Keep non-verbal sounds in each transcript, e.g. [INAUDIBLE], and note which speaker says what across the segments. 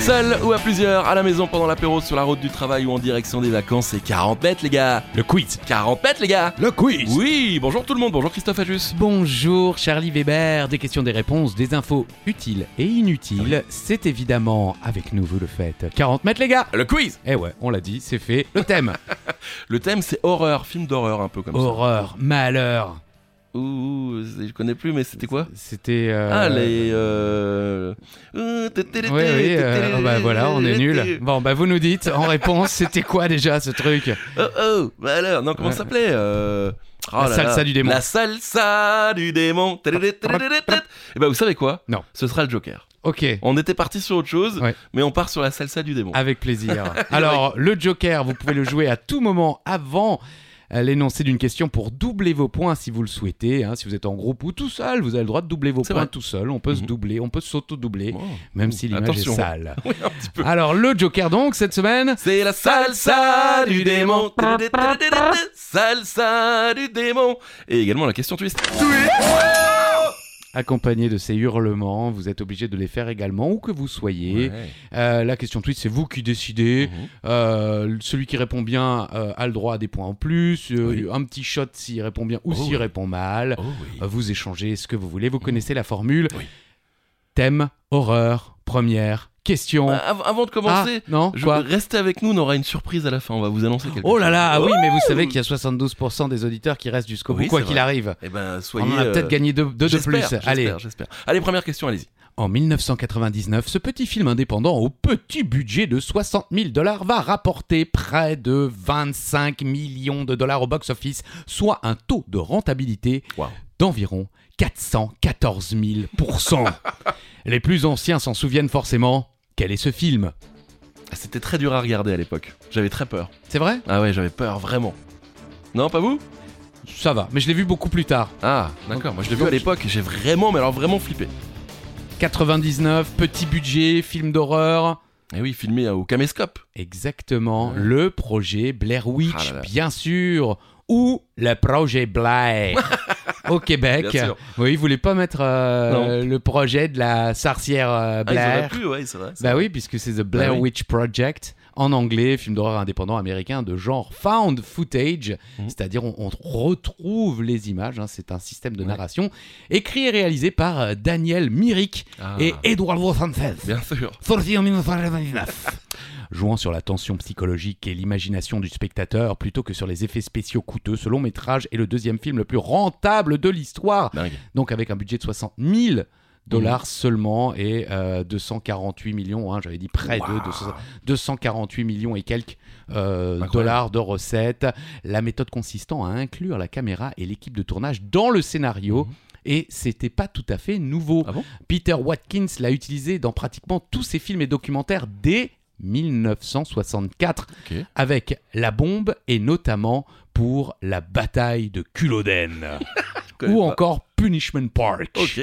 Speaker 1: Seul ou à plusieurs, à la maison pendant l'apéro, sur la route du travail ou en direction des vacances, c'est 40 mètres, les gars.
Speaker 2: Le quiz.
Speaker 1: 40 mètres, les gars.
Speaker 2: Le quiz.
Speaker 1: Oui, bonjour tout le monde, bonjour Christophe Ajus.
Speaker 3: Bonjour Charlie Weber, des questions, des réponses, des infos utiles et inutiles. C'est évidemment avec nous, vous le faites. 40 mètres les gars
Speaker 1: Le quiz
Speaker 3: Eh ouais, on l'a dit, c'est fait. Le thème
Speaker 1: Le thème, c'est horreur, film d'horreur, un peu [LAUGHS] comme
Speaker 3: Horreur, malheur.
Speaker 1: ça. Ouh, c'est- je connais plus, mais c'était quoi
Speaker 3: C'était. euh,
Speaker 1: Ah, les... Euh...
Speaker 3: Oui, oui, euh, oh, bah voilà, on est
Speaker 1: [LAUGHS]
Speaker 3: nul. Bon, bah vous nous dites en réponse, c'était quoi déjà ce truc
Speaker 1: Oh oh, bah alors, non, comment ça s'appelait euh, oh
Speaker 3: La
Speaker 1: là
Speaker 3: salsa
Speaker 1: là.
Speaker 3: du démon.
Speaker 1: La salsa du démon. Et bah vous savez quoi
Speaker 3: Non.
Speaker 1: Ce sera le Joker.
Speaker 3: Ok,
Speaker 1: On était parti sur autre chose,
Speaker 3: Ouais.
Speaker 1: mais on part sur la salsa du démon.
Speaker 3: avec
Speaker 1: [LAUGHS]
Speaker 3: plaisir. Alors, le Joker, vous pouvez le jouer à tout moment avant euh, l'énoncé d'une question pour doubler vos points si vous le souhaitez. hein. si vous êtes en groupe ou tout seul, vous avez le droit de doubler vos
Speaker 1: C'est
Speaker 3: points
Speaker 1: vrai.
Speaker 3: tout seul. On peut se
Speaker 1: Mhm.
Speaker 3: doubler, on peut s'auto-doubler,
Speaker 1: Oh.
Speaker 3: même si l'image est
Speaker 1: Attention.
Speaker 3: sale.
Speaker 1: [LAUGHS] Oui, [LAUGHS] un petit peu.
Speaker 3: Alors, le Joker donc, cette semaine
Speaker 1: C'est la salsa du démon. Salsa du démon. Et également la question twist.
Speaker 3: accompagné de ces hurlements, vous êtes obligé de les faire également, où que vous soyez.
Speaker 1: Ouais.
Speaker 3: Euh, la question tweet, c'est vous qui décidez.
Speaker 1: Mhm.
Speaker 3: Euh, celui qui répond bien euh, a le droit à des points en plus, Euh,
Speaker 1: Oui.
Speaker 3: un petit shot s'il répond bien ou
Speaker 1: Oh
Speaker 3: s'il
Speaker 1: oui.
Speaker 3: répond mal.
Speaker 1: Oh oui.
Speaker 3: Euh, Vous échangez ce que vous voulez, vous connaissez la formule.
Speaker 1: Mm. Oui.
Speaker 3: Thème, horreur, première, question.
Speaker 1: Bah, av- avant de
Speaker 3: Ah,
Speaker 1: commencer,
Speaker 3: non,
Speaker 1: je-
Speaker 3: quoi
Speaker 1: restez avec nous, on aura une surprise à la fin. On va vous annoncer quelque
Speaker 3: Oh là là, ah
Speaker 1: chose.
Speaker 3: oui, mais vous savez qu'il y a 72% des auditeurs qui restent jusqu'au
Speaker 1: Oui,
Speaker 3: bout, quoi
Speaker 1: c'est
Speaker 3: qu'il
Speaker 1: vrai.
Speaker 3: arrive.
Speaker 1: Eh ben, soyez.
Speaker 3: On en a
Speaker 1: euh,
Speaker 3: peut-être gagné deux, deux de
Speaker 1: j'espère,
Speaker 3: plus.
Speaker 1: j'espère,
Speaker 3: Allez,
Speaker 1: j'espère. Allez, première question, allez-y.
Speaker 3: En 1999, ce petit film indépendant au petit budget de 60 000 dollars va rapporter près de 25 millions de dollars au box-office, soit un taux de rentabilité
Speaker 1: Wow.
Speaker 3: d'environ 414
Speaker 1: [LAUGHS]
Speaker 3: 000 Les plus anciens s'en souviennent forcément. Quel est ce film
Speaker 1: Ah, C'était très dur à regarder à l'époque. J'avais très peur.
Speaker 3: C'est vrai
Speaker 1: Ah ouais, j'avais peur vraiment. Non, pas vous
Speaker 3: Ça va, mais je l'ai vu beaucoup plus tard.
Speaker 1: Ah, d'accord. Moi, je l'ai vu à l'époque. J'ai vraiment, mais alors vraiment flippé.
Speaker 3: 99, petit budget, film d'horreur.
Speaker 1: Et Eh oui, filmé au caméscope.
Speaker 3: Exactement,
Speaker 1: Ouais.
Speaker 3: le projet Blair Witch,
Speaker 1: Ah là là.
Speaker 3: bien sûr, ou le projet Blair
Speaker 1: [LAUGHS]
Speaker 3: au Québec.
Speaker 1: Bien sûr.
Speaker 3: Oui, ils voulaient pas mettre euh, le projet de la sorcière euh,
Speaker 1: Ah, ils auraient
Speaker 3: Blair.
Speaker 1: pu, ouais, c'est vrai. c'est
Speaker 3: bah
Speaker 1: vrai.
Speaker 3: oui, puisque c'est The Blair
Speaker 1: Bah oui.
Speaker 3: Witch Project. En anglais, film d'horreur indépendant américain de genre found footage,
Speaker 1: Mhm.
Speaker 3: c'est-à-dire on, on retrouve les images, hein, c'est un système de
Speaker 1: Ouais.
Speaker 3: narration, écrit et réalisé par euh, Daniel Myrick
Speaker 1: Ah,
Speaker 3: et Eduardo Sanchez
Speaker 1: bien sûr.
Speaker 3: sorti en 1999. Jouant sur la tension psychologique et l'imagination du spectateur plutôt que sur les effets spéciaux coûteux, ce long métrage est le deuxième film le plus rentable de l'histoire,
Speaker 1: Dingue.
Speaker 3: donc avec un budget de 60 000
Speaker 1: Mmh.
Speaker 3: dollars seulement et euh, 248 millions, hein, j'avais dit près de 200 248 millions et quelques euh,
Speaker 1: Incroyable.
Speaker 3: dollars de recettes. La méthode consistant à inclure la caméra et l'équipe de tournage dans le scénario. Et c'était pas tout à fait nouveau.
Speaker 1: Mmh. Ah bon
Speaker 3: Peter Watkins l'a utilisé dans pratiquement tous ses films et documentaires dès 1964
Speaker 1: Ok.
Speaker 3: avec La Bombe et notamment pour la bataille de Culloden
Speaker 1: Je connais
Speaker 3: ou
Speaker 1: pas.
Speaker 3: encore Punishment Park.
Speaker 1: Ok.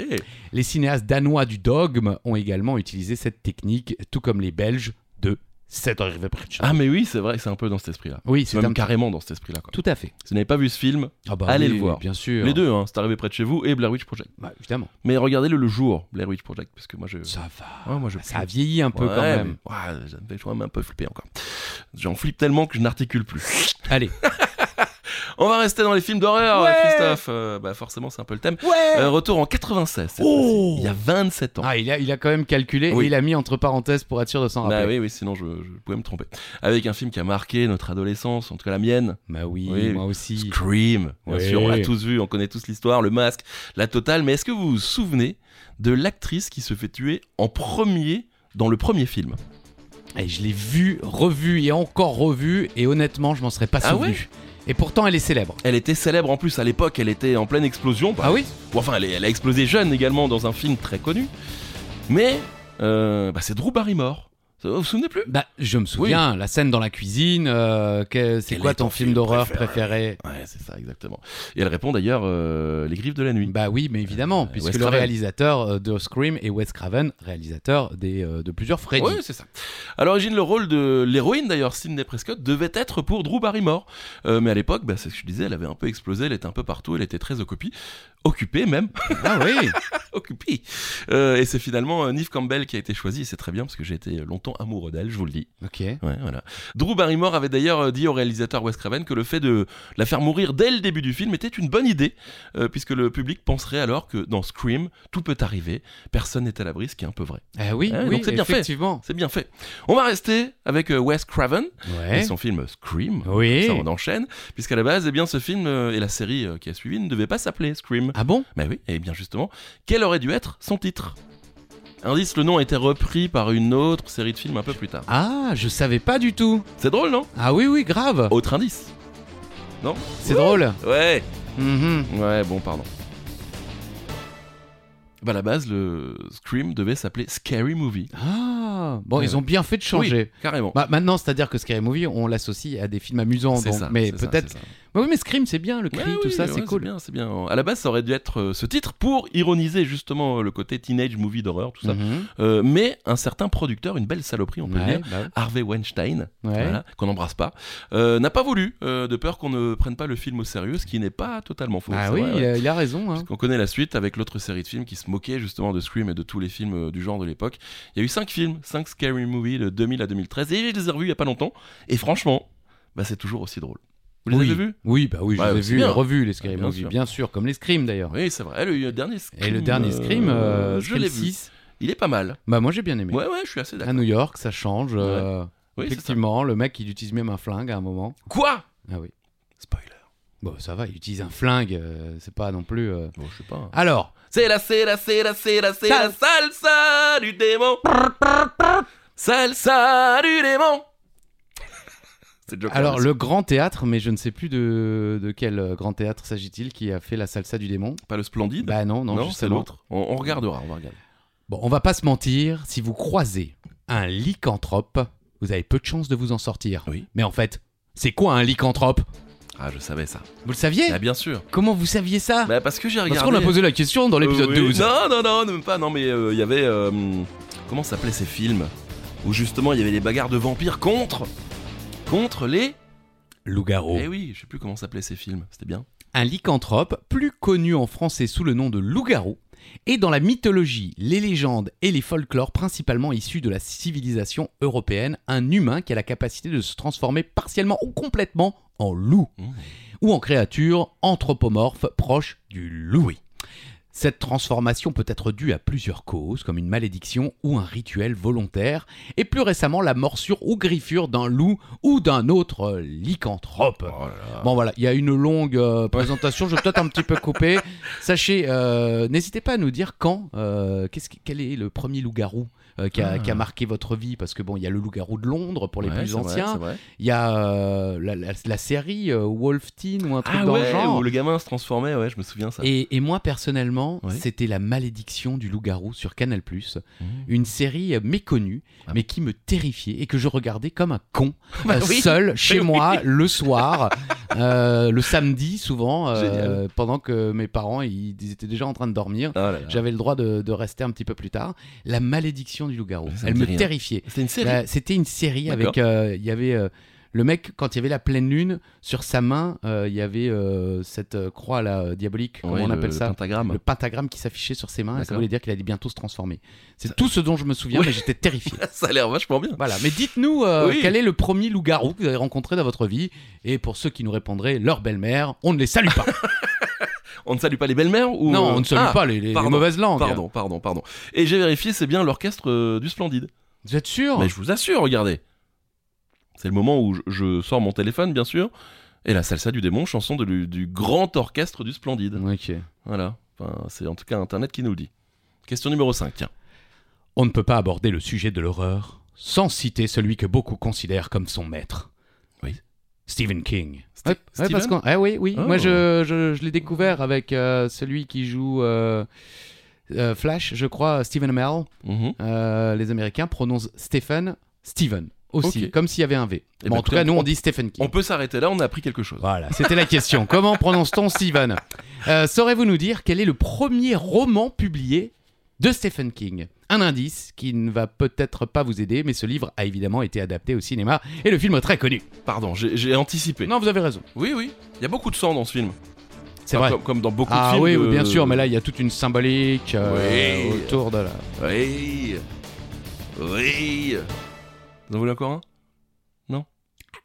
Speaker 3: Les cinéastes danois du dogme ont également utilisé cette technique, tout comme les Belges de Cedric Verbrugge.
Speaker 1: Ah, mais oui, c'est vrai, c'est un peu dans cet esprit-là.
Speaker 3: oui,
Speaker 1: Ah, C'est
Speaker 3: c'est
Speaker 1: même
Speaker 3: un
Speaker 1: carrément dans cet esprit-là. Quoi.
Speaker 3: Tout à fait.
Speaker 1: Si vous n'avez pas vu ce film,
Speaker 3: Ah bah
Speaker 1: Allez
Speaker 3: oui,
Speaker 1: le voir.
Speaker 3: Bien sûr.
Speaker 1: les deux, hein, c'est arrivé près de chez vous et Blair Witch Project.
Speaker 3: Bah, évidemment.
Speaker 1: Mais regardez-le le jour, Blair Witch Project, parce que moi je.
Speaker 3: Ça va.
Speaker 1: Ouais, moi je.
Speaker 3: Ça vieillit un peu
Speaker 1: Euh. Ah, Ouais,
Speaker 3: quand même.
Speaker 1: mais- ouais, ça me fait quand même un peu flipper encore. J'en flippe tellement que je n'articule plus. [LAUGHS]
Speaker 3: Allez.
Speaker 1: On va rester dans les films d'horreur,
Speaker 3: Ouais.
Speaker 1: Christophe. Euh, bah forcément, c'est un peu le thème.
Speaker 3: Ouais.
Speaker 1: Euh, retour en 96. cette
Speaker 3: Oh.
Speaker 1: fois-ci. Il y a 27 ans.
Speaker 3: Ah, il a, il a quand même calculé
Speaker 1: Euh, Oui.
Speaker 3: et il a mis entre parenthèses pour être sûr de s'en
Speaker 1: Bah
Speaker 3: rappeler.
Speaker 1: oui, oui, sinon je, je pouvais me tromper. Avec un film qui a marqué notre adolescence, en tout cas la mienne.
Speaker 3: Bah oui,
Speaker 1: Oui.
Speaker 3: moi aussi.
Speaker 1: Scream. Bien
Speaker 3: Oui.
Speaker 1: sûr, on l'a tous vu, on connaît tous l'histoire, le masque, la totale. Mais est-ce que vous vous souvenez de l'actrice qui se fait tuer en premier dans le premier film
Speaker 3: Et je l'ai vu, revu et encore revu et honnêtement, je m'en serais pas
Speaker 1: Ah
Speaker 3: souvenu. et pourtant, elle est célèbre.
Speaker 1: Elle était célèbre en plus à l'époque, elle était en pleine explosion. Bah,
Speaker 3: Ah oui
Speaker 1: Ou Enfin, elle, est- elle a explosé jeune également dans un film très connu. Mais euh, bah, c'est Drew Barrymore. Ça, Vous vous souvenez plus
Speaker 3: Bah, je me souviens, la scène dans la cuisine, euh, que- c'est
Speaker 1: Quel
Speaker 3: quoi
Speaker 1: est
Speaker 3: ton
Speaker 1: ton
Speaker 3: film
Speaker 1: film
Speaker 3: d'horreur
Speaker 1: préféré
Speaker 3: préféré,
Speaker 1: Ouais, c'est ça, exactement. Et elle répond d'ailleurs euh, Les griffes de la nuit.
Speaker 3: Bah oui, mais évidemment,
Speaker 1: Euh,
Speaker 3: puisque
Speaker 1: Wes
Speaker 3: le
Speaker 1: Craven.
Speaker 3: réalisateur euh, de Scream est Wes Craven, réalisateur des, euh, de plusieurs Freddy.
Speaker 1: Ouais, c'est ça. À l'origine, le rôle de l'héroïne d'ailleurs, Sidney Prescott, devait être pour Drew Barrymore. Euh, mais à l'époque, bah, c'est ce que je disais, elle avait un peu explosé, elle était un peu partout, elle était très occupée, occupée même, [LAUGHS]
Speaker 3: Ah oui
Speaker 1: occupée. Euh, et c'est finalement euh, Neve Campbell qui a été choisie, et c'est très bien parce que j'ai été longtemps amoureux d'elle, je vous le dis.
Speaker 3: Ok. Eh
Speaker 1: Ouais, voilà. Drew Barrymore avait d'ailleurs euh, dit au réalisateur Wes Craven que le fait de la faire mourir dès le début du film était une bonne idée, euh, puisque le public penserait alors que dans Scream, tout peut arriver, personne n'est à l'abri, ce qui est un peu vrai.
Speaker 3: Ah oui,
Speaker 1: Ah,
Speaker 3: oui,
Speaker 1: donc c'est bien fait.
Speaker 3: effectivement.
Speaker 1: C'est bien fait. On va rester avec euh, Wes Craven et
Speaker 3: Ouais.
Speaker 1: son film Scream.
Speaker 3: Oui.
Speaker 1: Ça, on enchaîne, puisqu'à la base, eh bien, ce film euh, et la série euh, qui a suivi ne devaient pas s'appeler Scream.
Speaker 3: Ah bon
Speaker 1: Mais oui, et bien justement, quel aurait dû être son titre Indice, le nom a été repris par une autre série de films un peu plus tard.
Speaker 3: Ah, je savais pas du tout.
Speaker 1: C'est drôle, non
Speaker 3: Ah oui, oui, grave.
Speaker 1: Autre indice.
Speaker 3: C'est drôle.
Speaker 1: Ouais
Speaker 3: Mhm.
Speaker 1: Ouais, bon, pardon. Bah, à la base, le Scream devait s'appeler Scary Movie.
Speaker 3: Ah, bon,
Speaker 1: Ouais,
Speaker 3: ils ont bien fait de changer.
Speaker 1: Euh, Oui, carrément.
Speaker 3: Bah, maintenant, c'est-à-dire que Scary Movie, on l'associe à des films amusants.
Speaker 1: c'est
Speaker 3: donc-
Speaker 1: ça.
Speaker 3: Bah, mais
Speaker 1: c'est ça,
Speaker 3: peut-être.
Speaker 1: c'est ça.
Speaker 3: Bah oui, mais Scream, c'est bien, le cri,
Speaker 1: Ouais,
Speaker 3: tout
Speaker 1: oui,
Speaker 3: ça,
Speaker 1: ouais,
Speaker 3: c'est cool.
Speaker 1: bien, c'est bien. À la base, ça aurait dû être euh, ce titre pour ironiser justement euh, le côté teenage movie d'horreur, tout ça.
Speaker 3: Mhm.
Speaker 1: Euh, mais un certain producteur, une belle saloperie, on peut le
Speaker 3: Ouais,
Speaker 1: dire,
Speaker 3: bah
Speaker 1: Harvey Weinstein,
Speaker 3: ouais. Ouais.
Speaker 1: voilà, qu'on n'embrasse pas, euh, n'a pas voulu, euh, de peur qu'on ne prenne pas le film au sérieux, ce qui n'est pas totalement faux.
Speaker 3: Ah
Speaker 1: c'est
Speaker 3: oui,
Speaker 1: vrai,
Speaker 3: il
Speaker 1: ouais.
Speaker 3: a, il a raison. hein.
Speaker 1: Puisqu'on connaît la suite avec l'autre série de films qui se moquait justement de Scream et de tous les films euh, du genre de l'époque. Il y a eu 5 films, 5 Scary Movies de 2000 à 2013, et je les ai revus il n'y a pas longtemps. Et franchement, bah, c'est toujours aussi drôle. Vous les
Speaker 3: oui.
Speaker 1: avez vus
Speaker 3: Oui, bah oui, je
Speaker 1: Ouais,
Speaker 3: les ai
Speaker 1: c'est
Speaker 3: vus et
Speaker 1: bien.
Speaker 3: revus, les Scary
Speaker 1: Ah, bien
Speaker 3: Movie,
Speaker 1: sûr.
Speaker 3: bien sûr, comme les Scream d'ailleurs.
Speaker 1: Oui, c'est vrai. Le euh, dernier Scream.
Speaker 3: Et le dernier
Speaker 1: euh,
Speaker 3: Scream, euh,
Speaker 1: je
Speaker 3: Scream
Speaker 1: l'ai vu.
Speaker 3: 6,
Speaker 1: Il est pas mal.
Speaker 3: bah moi j'ai bien aimé.
Speaker 1: Ouais, ouais, je suis assez
Speaker 3: à
Speaker 1: d'accord.
Speaker 3: New York, ça change. euh,
Speaker 1: Oui, c'est ça.
Speaker 3: effectivement, le mec il utilise même un flingue à un moment.
Speaker 1: Quoi
Speaker 3: Ah oui.
Speaker 1: Spoiler.
Speaker 3: Bon, ça va, il utilise un flingue, euh, c'est pas non plus. euh.
Speaker 1: Bon, je sais pas.
Speaker 3: Alors,
Speaker 1: C'est la, c'est la, c'est la, c'est la, c'est la salsa du
Speaker 3: [LAUGHS]
Speaker 1: démon. Salsa du démon. [LAUGHS] C'est Joker,
Speaker 3: alors
Speaker 1: mais
Speaker 3: le grand théâtre, mais je ne sais plus de, de quel euh, grand théâtre s'agit-il qui a fait la salsa du démon.
Speaker 1: c'est pas le splendide.
Speaker 3: Bah non, non,
Speaker 1: c'est
Speaker 3: justement.
Speaker 1: l'autre. On, on regardera, on va regarder.
Speaker 3: Bon, on va pas se mentir, si vous croisez un lycanthrope, vous avez peu de chances de vous en sortir.
Speaker 1: Oui.
Speaker 3: Mais en fait, c'est quoi un lycanthrope
Speaker 1: Ah, je savais ça.
Speaker 3: Vous le saviez
Speaker 1: Ah, bien sûr.
Speaker 3: Comment vous saviez ça
Speaker 1: Bah, parce que j'ai regardé.
Speaker 3: Parce qu'on a posé la question dans l'épisode
Speaker 1: Euh, oui.
Speaker 3: 12.
Speaker 1: Non, non, non, même pas. Non, mais euh, il y avait. euh, comment s'appelaient ces films Où justement il y avait des bagarres de vampires contre. Contre les.
Speaker 3: Loup-garou.
Speaker 1: Eh oui, je sais plus comment s'appelaient ces films. C'était bien.
Speaker 3: Un lycanthrope, plus connu en français sous le nom de loup-garou, est dans la mythologie, les légendes et les folklores principalement issus de la civilisation européenne un humain qui a la capacité de se transformer partiellement ou complètement en loup
Speaker 1: Mmh.
Speaker 3: ou en créature anthropomorphe proche du loup. Cette transformation peut être due à plusieurs causes, comme une malédiction ou un rituel volontaire, et plus récemment la morsure ou griffure d'un loup ou d'un autre euh, lycanthrope.
Speaker 1: Oh là là.
Speaker 3: Ah. Bon voilà, il y a une longue euh, présentation, je vais peut-être un petit
Speaker 1: [LAUGHS]
Speaker 3: peu couper. Sachez, euh, n'hésitez pas à nous dire quand, euh, qu'est-ce qui- quel est le premier loup-garou euh, qui, a,
Speaker 1: Ah.
Speaker 3: qui a marqué votre vie, parce que bon, il y a le loup-garou de Londres pour les
Speaker 1: Ouais, c'est
Speaker 3: plus
Speaker 1: vrai, c'est
Speaker 3: anciens,
Speaker 1: vrai.
Speaker 3: il y a euh, la, la- la série euh, Wolf Teen ou un truc
Speaker 1: Ah
Speaker 3: dans
Speaker 1: ouais,
Speaker 3: le genre.
Speaker 1: où le gamin se transformait, ouais, je me souviens ça.
Speaker 3: Et, et moi personnellement,
Speaker 1: Ouais.
Speaker 3: c'était la malédiction du loup-garou sur Canal+,
Speaker 1: Mmh.
Speaker 3: [LAUGHS] une série euh, méconnue,
Speaker 1: Ah.
Speaker 3: mais qui me terrifiait et que je regardais comme un con,
Speaker 1: Bah
Speaker 3: euh,
Speaker 1: oui. [LAUGHS]
Speaker 3: seul chez
Speaker 1: Mais oui.
Speaker 3: moi le soir, euh, le samedi souvent, euh,
Speaker 1: Génial.
Speaker 3: pendant que mes parents ils, ils étaient déjà en train de dormir.
Speaker 1: Oh là là.
Speaker 3: J'avais le droit de, de rester un petit peu plus tard. La malédiction du loup-garou,
Speaker 1: Ça me
Speaker 3: elle
Speaker 1: dit
Speaker 3: me
Speaker 1: rien.
Speaker 3: terrifiait.
Speaker 1: C'était une série.
Speaker 3: Bah, C'était une série
Speaker 1: D'accord.
Speaker 3: avec. euh, Il y avait. euh, le mec, quand il y avait la pleine lune, sur sa main, euh, il y avait euh, cette euh, croix là, euh, diabolique, comment
Speaker 1: Ouais,
Speaker 3: on
Speaker 1: le-
Speaker 3: appelle
Speaker 1: le
Speaker 3: ça
Speaker 1: Pentagramme.
Speaker 3: Le pentagramme qui s'affichait sur ses mains, et ça
Speaker 1: D'accord.
Speaker 3: voulait dire qu'il allait bientôt se transformer. C'est tout ce dont je me souviens, mais j'étais terrifié.
Speaker 1: [LAUGHS] Ça a l'air vachement bien.
Speaker 3: Voilà, mais dites-nous euh,
Speaker 1: Oui.
Speaker 3: quel est le premier loup-garou que vous avez rencontré dans votre vie, et pour ceux qui nous répondraient, leur belle-mère, on ne les salue
Speaker 1: [LAUGHS]
Speaker 3: pas.
Speaker 1: On ne salue pas les belles-mères ou
Speaker 3: non, on ne salue
Speaker 1: Ah,
Speaker 3: pas les, les- les
Speaker 1: pardon,
Speaker 3: mauvaises langues.
Speaker 1: Pardon, pardon, pardon. Et j'ai vérifié, c'est bien l'orchestre euh, du Splendide.
Speaker 3: Vous êtes sûr
Speaker 1: Mais je vous assure, regardez. C'est le moment où je, je sors mon téléphone, bien sûr. Et la salsa du démon, chanson de lu- du grand orchestre du Splendide.
Speaker 3: Ok.
Speaker 1: Voilà. Enfin, c'est en tout cas Internet qui nous le dit. Question numéro 5. Tiens.
Speaker 3: On ne peut pas aborder le sujet de l'horreur sans citer celui que beaucoup considèrent comme son maître.
Speaker 1: Oui.
Speaker 3: Stephen King.
Speaker 1: Ste-
Speaker 3: Ouais, ouais, parce
Speaker 1: Steven
Speaker 3: qu'on- ah oui, oui.
Speaker 1: Oh.
Speaker 3: Moi, je, je- je l'ai découvert avec euh, celui qui joue euh, euh, Flash, je crois, Stephen Amell.
Speaker 1: Mhm.
Speaker 3: Euh, les Américains prononcent Stephen Steven. aussi,
Speaker 1: Ok.
Speaker 3: comme s'il y avait un V.
Speaker 1: Eh
Speaker 3: Bon,
Speaker 1: ben,
Speaker 3: en tout cas,
Speaker 1: écoutez,
Speaker 3: nous,
Speaker 1: on-
Speaker 3: on dit Stephen King.
Speaker 1: On peut s'arrêter là, on a appris quelque chose.
Speaker 3: Voilà, c'était
Speaker 1: [LAUGHS]
Speaker 3: la question. Comment prononce-t-on Steven Euh, Saurez-vous nous dire quel est le premier roman publié de Stephen King Un indice qui ne va peut-être pas vous aider, mais ce livre a évidemment été adapté au cinéma et le film est très connu.
Speaker 1: Pardon, j'ai j'ai anticipé.
Speaker 3: Non, vous avez raison.
Speaker 1: Oui, oui, il y a beaucoup de sang dans ce film.
Speaker 3: C'est
Speaker 1: Enfin,
Speaker 3: vrai.
Speaker 1: Comme, comme dans beaucoup de
Speaker 3: Ah
Speaker 1: films.
Speaker 3: oui, oui,
Speaker 1: de-
Speaker 3: bien sûr, mais là, il y a toute une symbolique euh,
Speaker 1: Oui.
Speaker 3: autour de la...
Speaker 1: Oui. Oui. Vous en voulez encore un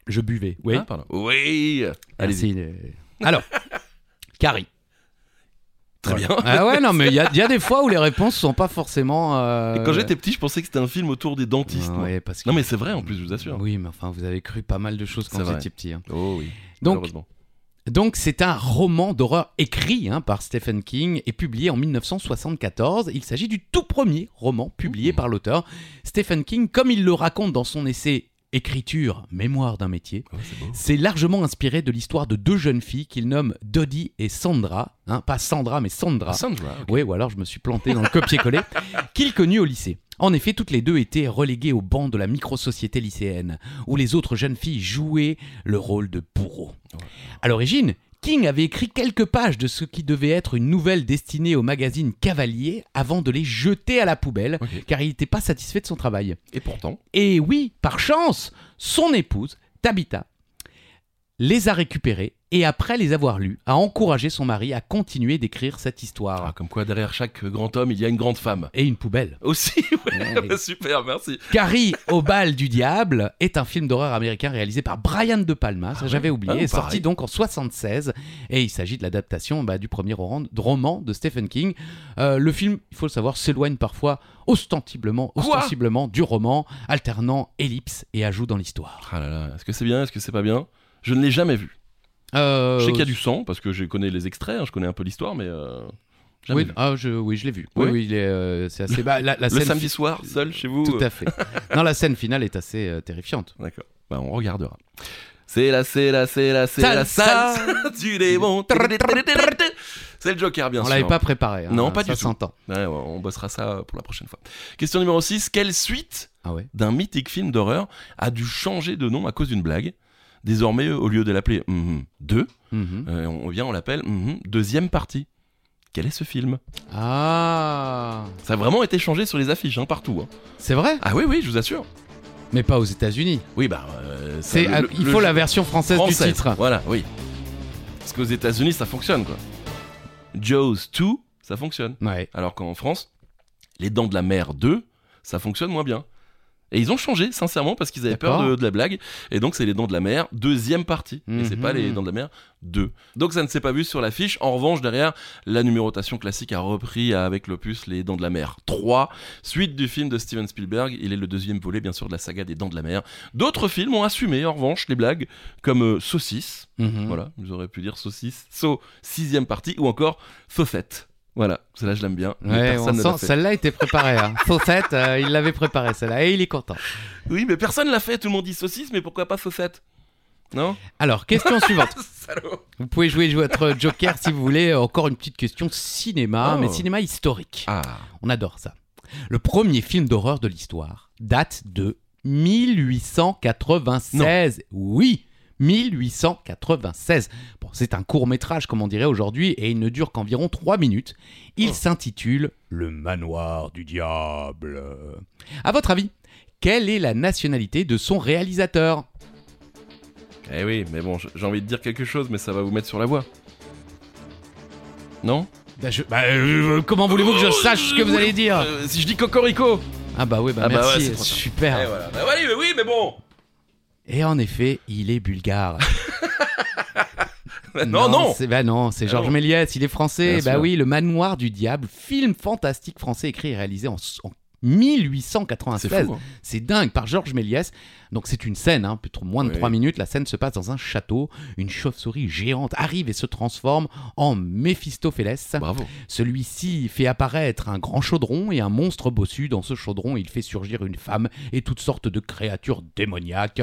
Speaker 3: Je buvais, oui.
Speaker 1: Ah, pardon. Oui. Allez-y.
Speaker 3: Merci, le- Alors, Carrie.
Speaker 1: Très bien.
Speaker 3: Ah ouais, non, mais il y, a- il y a des fois où les réponses sont pas forcément... euh,
Speaker 1: Et quand j'étais petit, je pensais que c'était un film autour des dentistes. moi.
Speaker 3: ouais, parce que-
Speaker 1: Non, mais c'est vrai en plus, je vous assure.
Speaker 3: Oui, mais enfin, vous avez cru pas mal de choses quand
Speaker 1: C'est
Speaker 3: vous
Speaker 1: vrai.
Speaker 3: étiez petit. hein.
Speaker 1: Oh oui.
Speaker 3: Donc,
Speaker 1: Malheureusement.
Speaker 3: donc c'est un roman d'horreur écrit hein, par Stephen King et publié en 1974. Il s'agit du tout premier roman publié
Speaker 1: Ouh.
Speaker 3: par l'auteur. Stephen King, comme il le raconte dans son essai Écriture, mémoire d'un métier,
Speaker 1: Oh, c'est beau.
Speaker 3: c'est largement inspiré de l'histoire de deux jeunes filles qu'il nomme Dodie et Sandra. hein, pas Sandra, mais Sandra.
Speaker 1: Sandra. ok.
Speaker 3: Oui, ou alors je me suis planté dans le copier-coller,
Speaker 1: [LAUGHS]
Speaker 3: qu'il connut au lycée. En effet, toutes les deux étaient reléguées au banc de la micro-société lycéenne, où les autres jeunes filles jouaient le rôle de bourreau.
Speaker 1: Ouais.
Speaker 3: À l'origine, King avait écrit quelques pages de ce qui devait être une nouvelle destinée au magazine Cavalier avant de les jeter à la poubelle,
Speaker 1: Ok.
Speaker 3: car il n'était pas satisfait de son travail.
Speaker 1: Et pourtant.
Speaker 3: Et oui, par chance, son épouse, Tabitha, les a récupérées et après les avoir lues, a encouragé son mari à continuer d'écrire cette histoire
Speaker 1: Ah, comme quoi, derrière chaque grand homme, il y a une grande femme.
Speaker 3: et une poubelle.
Speaker 1: Aussi, [LAUGHS] ouais,
Speaker 3: Ouais.
Speaker 1: super, merci.
Speaker 3: Carrie au bal du diable est un film d'horreur américain réalisé par Brian De Palma, ça j'avais
Speaker 1: Ah,
Speaker 3: oublié,
Speaker 1: pareil.
Speaker 3: sorti donc en 76 et il s'agit de l'adaptation bah, du premier oran- de roman de Stephen King. Euh, le film, il faut le savoir, s'éloigne parfois ostensiblement,
Speaker 1: Quoi
Speaker 3: ostensiblement du roman, alternant ellipses et ajouts dans l'histoire.
Speaker 1: Ah là là, est-ce que c'est bien, est-ce que c'est pas bien Je ne l'ai jamais vu.
Speaker 3: Euh,
Speaker 1: Je sais qu'il y a du sang, parce que je connais les extraits, hein, je connais un peu l'histoire, mais. euh, jamais
Speaker 3: oui,
Speaker 1: vu.
Speaker 3: ah, je, oui, je l'ai vu. Oui,
Speaker 1: Oui.
Speaker 3: oui, il est, euh, c'est
Speaker 1: [LAUGHS]
Speaker 3: assez. bah, la,
Speaker 1: Le
Speaker 3: la scène
Speaker 1: samedi
Speaker 3: fi-
Speaker 1: soir, seul chez vous.
Speaker 3: Tout
Speaker 1: euh,
Speaker 3: à fait. non, la scène finale est assez euh, terrifiante.
Speaker 1: D'accord. Bah, on regardera. C'est la, c'est la, c'est la, c'est la
Speaker 3: Salsa.
Speaker 1: salsa du démon. C'est le Joker, bien
Speaker 3: On
Speaker 1: sûr.
Speaker 3: l'avait pas préparé. hein,
Speaker 1: Non, pas du
Speaker 3: ça
Speaker 1: tout.
Speaker 3: s'entend.
Speaker 1: Ouais, ouais, on bossera ça pour la prochaine fois. Question numéro 6. Quelle suite
Speaker 3: Ah ouais.
Speaker 1: d'un mythique film d'horreur a dû changer de nom à cause d'une blague Désormais, euh, au lieu de l'appeler Mhm 2,
Speaker 3: Mhm.
Speaker 1: euh, on vient, on l'appelle Mhm deuxième partie. Quel est ce film
Speaker 3: Ah.
Speaker 1: Ça a vraiment été changé sur les affiches, hein, partout. hein.
Speaker 3: C'est vrai,
Speaker 1: Ah oui, oui, je vous assure.
Speaker 3: mais pas aux États-Unis.
Speaker 1: Oui, bah. euh, ça-
Speaker 3: C'est,
Speaker 1: le-
Speaker 3: ah,
Speaker 1: le-
Speaker 3: il
Speaker 1: le
Speaker 3: faut
Speaker 1: jeu-
Speaker 3: la version française, du
Speaker 1: Française,
Speaker 3: titre.
Speaker 1: Voilà, oui. Parce qu'aux États-Unis, ça fonctionne, quoi. Jaws 2, ça fonctionne.
Speaker 3: Ouais.
Speaker 1: Alors qu'en France, Les Dents de la Mer 2, ça fonctionne moins bien. Et ils ont changé, sincèrement, parce qu'ils avaient peur
Speaker 3: D'accord.
Speaker 1: de, de la blague. Et donc, c'est Les Dents de la Mer, deuxième partie. Et c'est
Speaker 3: Mhm.
Speaker 1: pas Les Dents de la Mer 2. Donc, ça ne s'est pas vu sur l'affiche. En revanche, derrière, la numérotation classique a repris avec l'opus Les Dents de la Mer 3, suite du film de Steven Spielberg. Il est le deuxième volet, bien sûr, de la saga des Dents de la Mer. D'autres films ont assumé, en revanche, les blagues, comme euh, Saucisse.
Speaker 3: Mhm.
Speaker 1: Voilà, vous auriez pu dire saucisse, saut, sixième partie, ou encore faussette. Voilà, celle-là je l'aime bien. mais
Speaker 3: Ouais,
Speaker 1: personne
Speaker 3: on
Speaker 1: ne l'a
Speaker 3: sent-
Speaker 1: fait.
Speaker 3: celle-là était préparée. Hein. Faussette, euh, il l'avait préparée celle-là et il est content.
Speaker 1: Oui, mais personne l'a fait, tout le monde dit saucisse, mais pourquoi pas faussette Non
Speaker 3: Alors,
Speaker 1: [LAUGHS]
Speaker 3: question suivante.
Speaker 1: Salaud
Speaker 3: Vous pouvez jouer votre Joker si vous voulez. Encore une petite question cinéma,
Speaker 1: Oh.
Speaker 3: mais cinéma historique.
Speaker 1: Ah,
Speaker 3: On adore ça. Le premier film d'horreur de l'histoire date de 1896. Oui, 1896. Bon, c'est un court métrage, comme on dirait aujourd'hui, et il ne dure qu'environ 3 minutes. Il
Speaker 1: Oh.
Speaker 3: s'intitule Le manoir du diable. À votre avis, quelle est la nationalité de son réalisateur
Speaker 1: eh oui, mais bon, j- j'ai envie de dire quelque chose, mais ça va vous mettre sur la voie. Non
Speaker 3: Bah, euh, Comment voulez-vous que Oh, je sache ce que vous allez dire
Speaker 1: Euh, Si je dis Cocorico
Speaker 3: Ah bah oui, bah
Speaker 1: Ah bah ouais,
Speaker 3: merci,
Speaker 1: c'est trop tard.
Speaker 3: super.
Speaker 1: Eh voilà, bah oui, mais oui, mais bon
Speaker 3: Et en effet, il est bulgare.
Speaker 1: [LAUGHS] Non, non
Speaker 3: c'est- Bah non, c'est
Speaker 1: Ah
Speaker 3: Georges
Speaker 1: non.
Speaker 3: Méliès, il est français.
Speaker 1: Bien
Speaker 3: bah
Speaker 1: sûr.
Speaker 3: oui, Le Manoir du Diable, film fantastique français écrit et réalisé en, en 1896.
Speaker 1: C'est fou, hein.
Speaker 3: C'est dingue, par Georges Méliès. Donc c'est une scène, hein, peut-être moins de
Speaker 1: Oui.
Speaker 3: 3 minutes. La scène se passe dans un château. Une chauve-souris géante arrive et se transforme en Méphistophélès.
Speaker 1: bravo.
Speaker 3: Celui-ci fait apparaître un grand chaudron et un monstre bossu. Dans ce chaudron, il fait surgir une femme et toutes sortes de créatures démoniaques.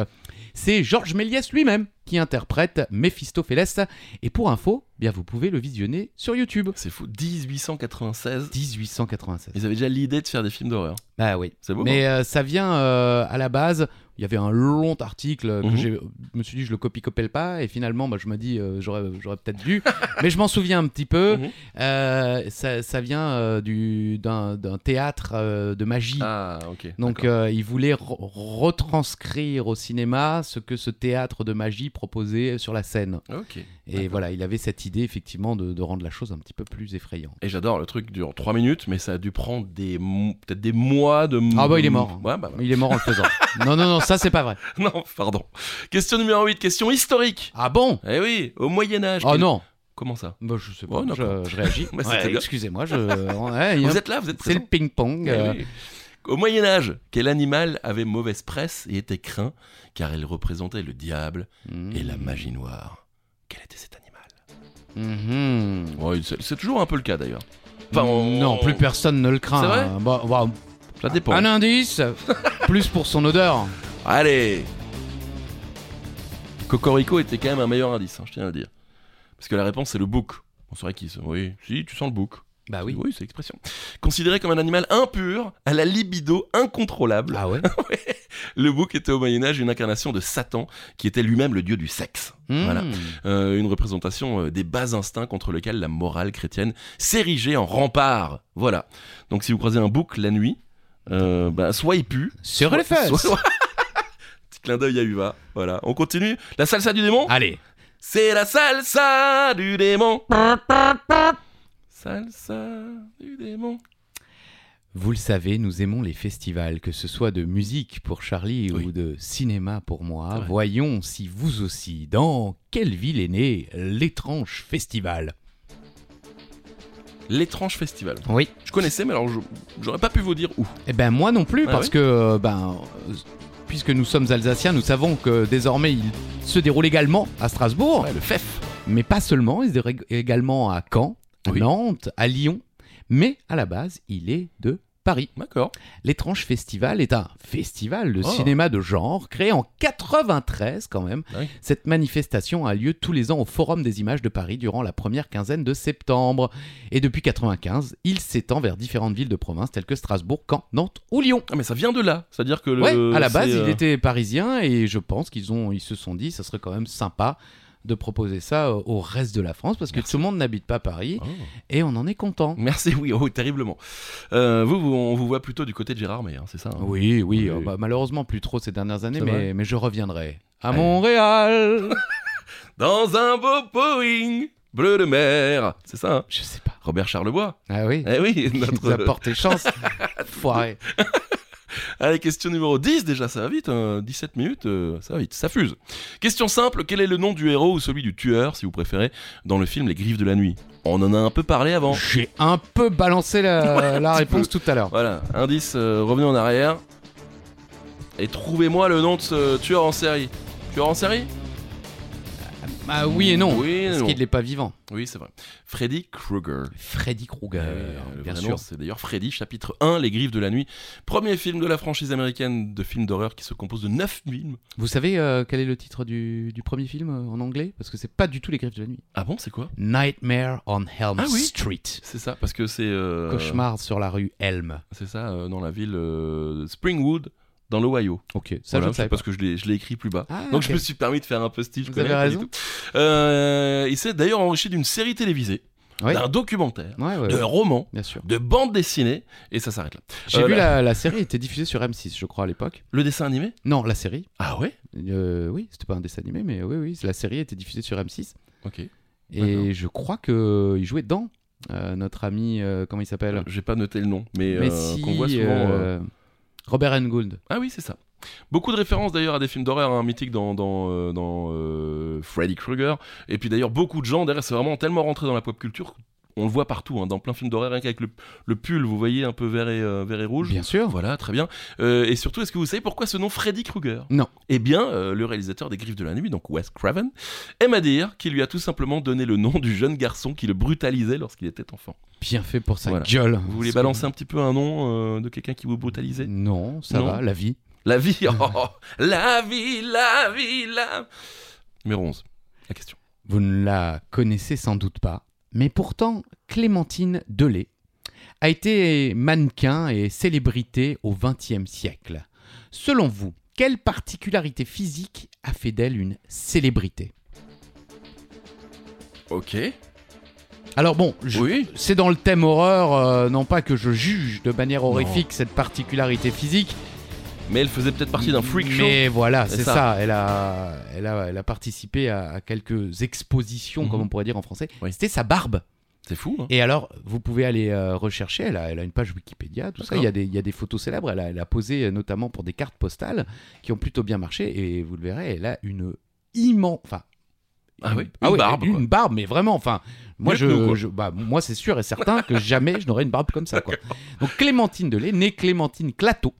Speaker 3: C'est Georges Méliès lui-même qui interprète Méphistophélès. Et pour info, eh bien vous pouvez le visionner sur YouTube.
Speaker 1: C'est fou. 1896,
Speaker 3: 1896.
Speaker 1: ils avaient déjà l'idée de faire des films d'horreur.
Speaker 3: Bah oui.
Speaker 1: C'est beau. hein
Speaker 3: Mais euh, ça vient euh, à la base Il y avait un long article que
Speaker 1: Mhm.
Speaker 3: j'ai- je me suis dit je le copie-copelle pas et finalement bah, je me dis euh, j'aurais j'aurais peut-être dû [LAUGHS] mais je m'en souviens un petit peu.
Speaker 1: Mhm.
Speaker 3: Euh, ça, ça vient euh, du- d'un d'un théâtre euh, de magie.
Speaker 1: Ah, ok.
Speaker 3: Donc
Speaker 1: d'accord.
Speaker 3: euh, il voulait re- retranscrire au cinéma ce que ce théâtre de magie proposait sur la scène.
Speaker 1: Ok.
Speaker 3: Et voilà, il avait cette idée effectivement de, de rendre la chose un petit peu plus effrayante.
Speaker 1: Et j'adore, le truc dure 3 minutes, mais ça a dû prendre des mo- peut-être des mois de.
Speaker 3: Ah bah, il est mort.
Speaker 1: Ouais, bah, voilà. [LAUGHS]
Speaker 3: Il est mort en le faisant. non, non, non, ça c'est pas vrai.
Speaker 1: Non, pardon. Question numéro 8, question historique.
Speaker 3: Ah bon
Speaker 1: Eh oui, au Moyen-Âge.
Speaker 3: Oh non
Speaker 1: Comment ça
Speaker 3: bah, Je sais pas,
Speaker 1: Oh, d'accord.
Speaker 3: je, je réagis.
Speaker 1: Bah,
Speaker 3: [LAUGHS] Ouais,
Speaker 1: c'était-
Speaker 3: Excusez-moi, [LAUGHS] je... ouais, il y a un-
Speaker 1: Vous êtes là, vous êtes
Speaker 3: c'est
Speaker 1: présent.
Speaker 3: le ping-pong. euh,
Speaker 1: Eh oui. Au Moyen Âge, quel animal avait mauvaise presse et était craint car il représentait le diable
Speaker 3: mhm.
Speaker 1: et la magie noire Quel était cet animal
Speaker 3: Mhm.
Speaker 1: Ouais, c'est c'est toujours un peu le cas d'ailleurs. Enfin, on-
Speaker 3: Non, plus personne ne le craint.
Speaker 1: C'est vrai
Speaker 3: hein. Bah, bah,
Speaker 1: Ça dépend.
Speaker 3: un [LAUGHS] indice, plus pour son odeur.
Speaker 1: Allez Cocorico était quand même un meilleur indice, hein, je tiens à le dire. Parce que la réponse c'est le bouc. On saurait qui c'est. Oui, si, tu sens le bouc.
Speaker 3: Bah oui.
Speaker 1: Oui, c'est l'expression. Considéré comme un animal impur, à la libido incontrôlable,
Speaker 3: Ah ouais
Speaker 1: le bouc était au Moyen-Âge une incarnation de Satan, qui était lui-même le dieu du sexe. Voilà.
Speaker 3: Mhm.
Speaker 1: Euh, une représentation euh, des bas instincts contre lesquels la morale chrétienne s'érigeait en rempart. Voilà. Donc si vous croisez un bouc la nuit, euh, bah, soit il pue.
Speaker 3: Sur
Speaker 1: soit-
Speaker 3: les fesses.
Speaker 1: soit- [LAUGHS] Petit clin d'œil à Uva. Voilà. On continue. La salsa du démon
Speaker 3: Allez.
Speaker 1: C'est la salsa du démon. Salsa du démon.
Speaker 3: Vous le savez, nous aimons les festivals, que ce soit de musique pour Charlie
Speaker 1: Oui.
Speaker 3: ou de cinéma pour
Speaker 1: C'est
Speaker 3: moi.
Speaker 1: vrai.
Speaker 3: Voyons si vous aussi, dans quelle ville est né l'étrange festival
Speaker 1: L'étrange festival.
Speaker 3: Oui.
Speaker 1: Je connaissais, mais alors je- j'aurais pas pu vous dire où.
Speaker 3: Eh ben moi non plus,
Speaker 1: Ah
Speaker 3: parce
Speaker 1: oui
Speaker 3: que euh, ben euh, puisque nous sommes alsaciens, nous savons que désormais il se déroule également à Strasbourg,
Speaker 1: Ouais, le E FEF.
Speaker 3: mais pas seulement, il se déroule également à Caen, à
Speaker 1: Oui.
Speaker 3: Nantes, à Lyon, mais à la base il est de Paris.
Speaker 1: D'accord.
Speaker 3: L'étrange festival est un festival de
Speaker 1: Oh.
Speaker 3: cinéma de genre créé en 93 quand même.
Speaker 1: Dingue.
Speaker 3: Cette manifestation a lieu tous les ans au Forum des images de Paris durant la première quinzaine de septembre. Et depuis 95, il s'étend vers différentes villes de province telles que Strasbourg, Caen, Nantes ou Lyon.
Speaker 1: Ah, mais ça vient de là. C'est-à-dire que. le-
Speaker 3: ouais, à la
Speaker 1: c'est,
Speaker 3: base,
Speaker 1: euh,
Speaker 3: il était parisien et je pense qu'ils ont, ils se sont dit, ça serait quand même sympa de proposer ça euh, au- au reste de la France parce que tout le monde n'habite pas Paris
Speaker 1: Oh.
Speaker 3: et on en est content.
Speaker 1: Merci, oui, oh, terriblement. Euh, vous, vous, on vous voit plutôt du côté de Gérard Meyer, c'est ça hein
Speaker 3: Oui,
Speaker 1: Oui.
Speaker 3: oui, euh, bah, malheureusement plus trop ces dernières années,
Speaker 1: C'est
Speaker 3: mais,
Speaker 1: vrai
Speaker 3: mais je reviendrai. À
Speaker 1: Allez. [LAUGHS]
Speaker 3: Montréal
Speaker 1: Dans un beau Boeing bleu de mer, c'est ça, hein
Speaker 3: Je sais pas.
Speaker 1: Robert Charlebois.
Speaker 3: Ah oui
Speaker 1: Eh oui,
Speaker 3: [LAUGHS] Il nous a
Speaker 1: notre.
Speaker 3: porté chance.
Speaker 1: [LAUGHS]
Speaker 3: Foiré.
Speaker 1: Allez, question numéro 10, déjà, ça va vite, hein, 17 minutes, euh, ça va vite, ça fuse. Question simple quel est le nom du héros ou celui du tueur, si vous préférez, dans le film Les Griffes de la Nuit On en a un peu parlé avant.
Speaker 3: J'ai un peu balancé la, la réponse tout à l'heure.
Speaker 1: Voilà, indice, euh, revenez en arrière. Et trouvez-moi le nom de ce tueur en série. Tueur en série
Speaker 3: Ah oui et non.
Speaker 1: Oui, et
Speaker 3: parce
Speaker 1: non.
Speaker 3: qu'il n'est pas vivant.
Speaker 1: Oui, c'est vrai. Freddy Krueger.
Speaker 3: Freddy Krueger,
Speaker 1: Euh, le
Speaker 3: bien
Speaker 1: vrai
Speaker 3: sûr.
Speaker 1: nom, C'est d'ailleurs Freddy, chapitre 1, Les Griffes de la Nuit. Premier film de la franchise américaine de films d'horreur qui se compose de 9 films.
Speaker 3: Vous savez euh, quel est le titre du, du premier film euh, en anglais Parce que c'est pas du tout Les Griffes de la Nuit.
Speaker 1: Ah bon, c'est quoi
Speaker 3: Nightmare on Elm
Speaker 1: Ah oui.
Speaker 3: Street.
Speaker 1: C'est ça, parce que c'est. euh,
Speaker 3: Cauchemar sur la rue Elm.
Speaker 1: C'est ça, euh, dans la ville euh, Springwood, dans l'Ohio.
Speaker 3: Ok, ça
Speaker 1: Voilà,
Speaker 3: je le savais
Speaker 1: sais parce que je l'ai je l'ai écrit plus bas.
Speaker 3: pas. Ah,
Speaker 1: Donc
Speaker 3: ok.
Speaker 1: je me suis permis de faire un peu style. je
Speaker 3: Vous
Speaker 1: connais
Speaker 3: avez
Speaker 1: pas du
Speaker 3: raison.
Speaker 1: tout. Euh, il s'est d'ailleurs enrichi d'une série télévisée,
Speaker 3: Ouais.
Speaker 1: d'un documentaire,
Speaker 3: Ouais, ouais,
Speaker 1: d'un
Speaker 3: ouais,
Speaker 1: roman,
Speaker 3: bien sûr.
Speaker 1: de bande dessinée, et ça s'arrête là.
Speaker 3: J'ai
Speaker 1: Euh,
Speaker 3: vu
Speaker 1: la-
Speaker 3: la... la série était diffusée sur M6, je crois, à l'époque.
Speaker 1: Le dessin animé
Speaker 3: Non, la série.
Speaker 1: Ah ouais
Speaker 3: Euh, oui, c'était pas un dessin animé, mais oui, oui, la série était diffusée sur M6.
Speaker 1: Ok. D'accord.
Speaker 3: Et je crois qu'il jouait dedans, euh, notre ami, euh, comment il s'appelle
Speaker 1: J'ai pas noté le nom, mais,
Speaker 3: Mais
Speaker 1: euh,
Speaker 3: si,
Speaker 1: qu'on voit souvent. euh,
Speaker 3: euh, Robert Engould.
Speaker 1: Ah oui, c'est ça. Beaucoup de références d'ailleurs à des films d'horreur hein, mythiques dans, dans, euh, dans, euh, Freddy Krueger. Et puis d'ailleurs, beaucoup de gens derrière, c'est vraiment tellement rentré dans la pop culture. On le voit partout, hein, dans plein de films d'horreur, rien qu'avec le, le pull, vous voyez, un peu vert et, euh, vert et rouge.
Speaker 3: Bien sûr.
Speaker 1: Voilà, très bien. Euh, et surtout, est-ce que vous savez pourquoi ce nom Freddy Krueger
Speaker 3: Non.
Speaker 1: Eh bien, euh, le réalisateur des Griffes de la Nuit, donc Wes Craven, aime à dire qu'il lui a tout simplement donné le nom du jeune garçon qui le brutalisait lorsqu'il était enfant.
Speaker 3: Bien fait pour sa
Speaker 1: Voilà.
Speaker 3: gueule.
Speaker 1: Vous voulez balancer un petit peu un nom euh, de quelqu'un qui vous brutalisait
Speaker 3: Non, ça
Speaker 1: Non.
Speaker 3: va, la vie.
Speaker 1: La
Speaker 3: [LAUGHS]
Speaker 1: vie, oh, la vie, la vie, la... Numéro 11, la question.
Speaker 3: Vous ne la connaissez sans doute pas, mais pourtant, Clémentine Delay a été mannequin et célébrité au XXe siècle. Selon vous, Quelle particularité physique a fait d'elle une célébrité
Speaker 1: Ok.
Speaker 3: Alors bon, je-
Speaker 1: Oui.
Speaker 3: c'est dans le thème horreur, euh, non pas que je juge de manière horrifique cette particularité physique,
Speaker 1: Mais elle faisait peut-être partie d'un freak show.
Speaker 3: Mais voilà,
Speaker 1: C'est
Speaker 3: c'est
Speaker 1: ça.
Speaker 3: ça. Elle, a, elle, a, elle a participé à, à quelques expositions,
Speaker 1: Mhm.
Speaker 3: comme on pourrait dire en français.
Speaker 1: Oui.
Speaker 3: C'était sa barbe.
Speaker 1: C'est fou. hein.
Speaker 3: Et alors, vous pouvez aller euh, rechercher. Elle a, elle a une page Wikipédia, tout ça.
Speaker 1: D'accord.
Speaker 3: Il y, a des, il y a des photos célèbres. Elle a, elle a posé euh, notamment pour des cartes postales qui ont plutôt bien marché. Et vous le verrez, elle a une immense. Enfin,
Speaker 1: Ah oui,
Speaker 3: une-
Speaker 1: une
Speaker 3: ouais,
Speaker 1: barbe, quoi.
Speaker 3: Une barbe, mais vraiment, enfin. Moi,
Speaker 1: Mieux
Speaker 3: je,
Speaker 1: que nous, quoi.
Speaker 3: je- bah, moi c'est sûr et certain que jamais je n'aurai une barbe comme
Speaker 1: [LAUGHS]
Speaker 3: ça. Quoi. Donc, Clémentine Delay, née Clémentine Clateau,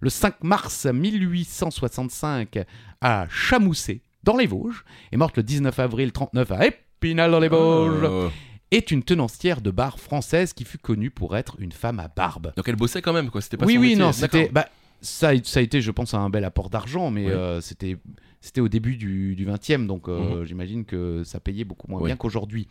Speaker 3: le 5 mars 1865 à Chamousset, dans les Vosges, est morte le 19 avril 39 à Épinal, dans les Vosges
Speaker 1: Euh,
Speaker 3: est une tenancière de bar française qui fut connue pour être une femme à barbe.
Speaker 1: Donc elle bossait quand même, quoi. C'était pas
Speaker 3: oui,
Speaker 1: son
Speaker 3: oui,
Speaker 1: métier.
Speaker 3: non,
Speaker 1: D'accord.
Speaker 3: c'était. bah, ça, a- ça a été, je pense, un bel apport d'argent, mais
Speaker 1: Oui.
Speaker 3: euh, c'était. C'était au début du, du 20e, donc euh, j'imagine que ça payait beaucoup moins
Speaker 1: Oui.
Speaker 3: bien qu'aujourd'hui.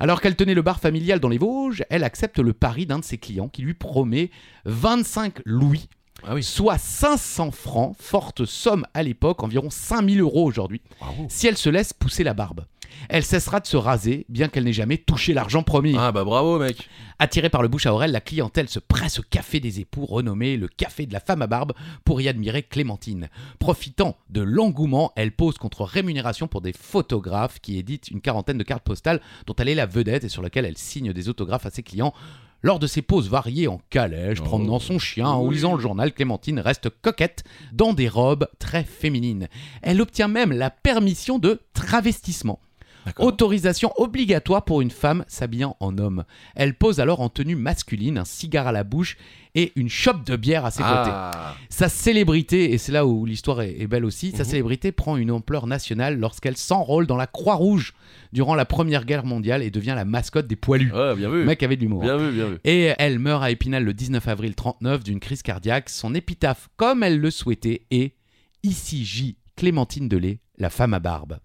Speaker 3: Alors qu'elle tenait le bar familial dans les Vosges, elle accepte le pari d'un de ses clients qui lui promet 25 louis,
Speaker 1: Ah oui.
Speaker 3: soit 500 francs, forte somme à l'époque, environ 5000 euros aujourd'hui,
Speaker 1: Bravo.
Speaker 3: si elle se laisse pousser la barbe. Elle cessera de se raser, bien qu'elle n'ait jamais touché l'argent promis.
Speaker 1: Ah bah bravo, mec.
Speaker 3: Attirée par le bouche à oreille, la clientèle se presse au café des époux, renommé le café de la femme à barbe, pour y admirer Clémentine. Profitant de l'engouement, elle pose contre rémunération pour des photographes qui éditent une quarantaine de cartes postales dont elle est la vedette et sur lesquelles elle signe des autographes à ses clients. Lors de ses pauses variées en calèche,
Speaker 1: Oh.
Speaker 3: promenant son chien, en
Speaker 1: Oui.
Speaker 3: lisant le journal, Clémentine reste coquette dans des robes très féminines. Elle obtient même la permission de travestissement.
Speaker 1: D'accord.
Speaker 3: Autorisation obligatoire pour une femme s'habillant en homme. Elle pose alors en tenue masculine, un cigare à la bouche et une chope de bière à ses côtés.
Speaker 1: Ah.
Speaker 3: Sa célébrité, et c'est là où l'histoire est, est belle aussi, sa
Speaker 1: Mhm.
Speaker 3: célébrité prend une ampleur nationale lorsqu'elle s'enrôle dans la Croix-Rouge durant la Première Guerre mondiale et devient la mascotte des poilus.
Speaker 1: Ouais, bien
Speaker 3: Le
Speaker 1: vu.
Speaker 3: mec avait de l'humour. hein.
Speaker 1: Bien vu, bien vu.
Speaker 3: Et elle meurt à Épinal le 19 avril 39 d'une crise cardiaque. Son épitaphe, comme elle le souhaitait, est Ici J. Clémentine Delay, la femme à barbe.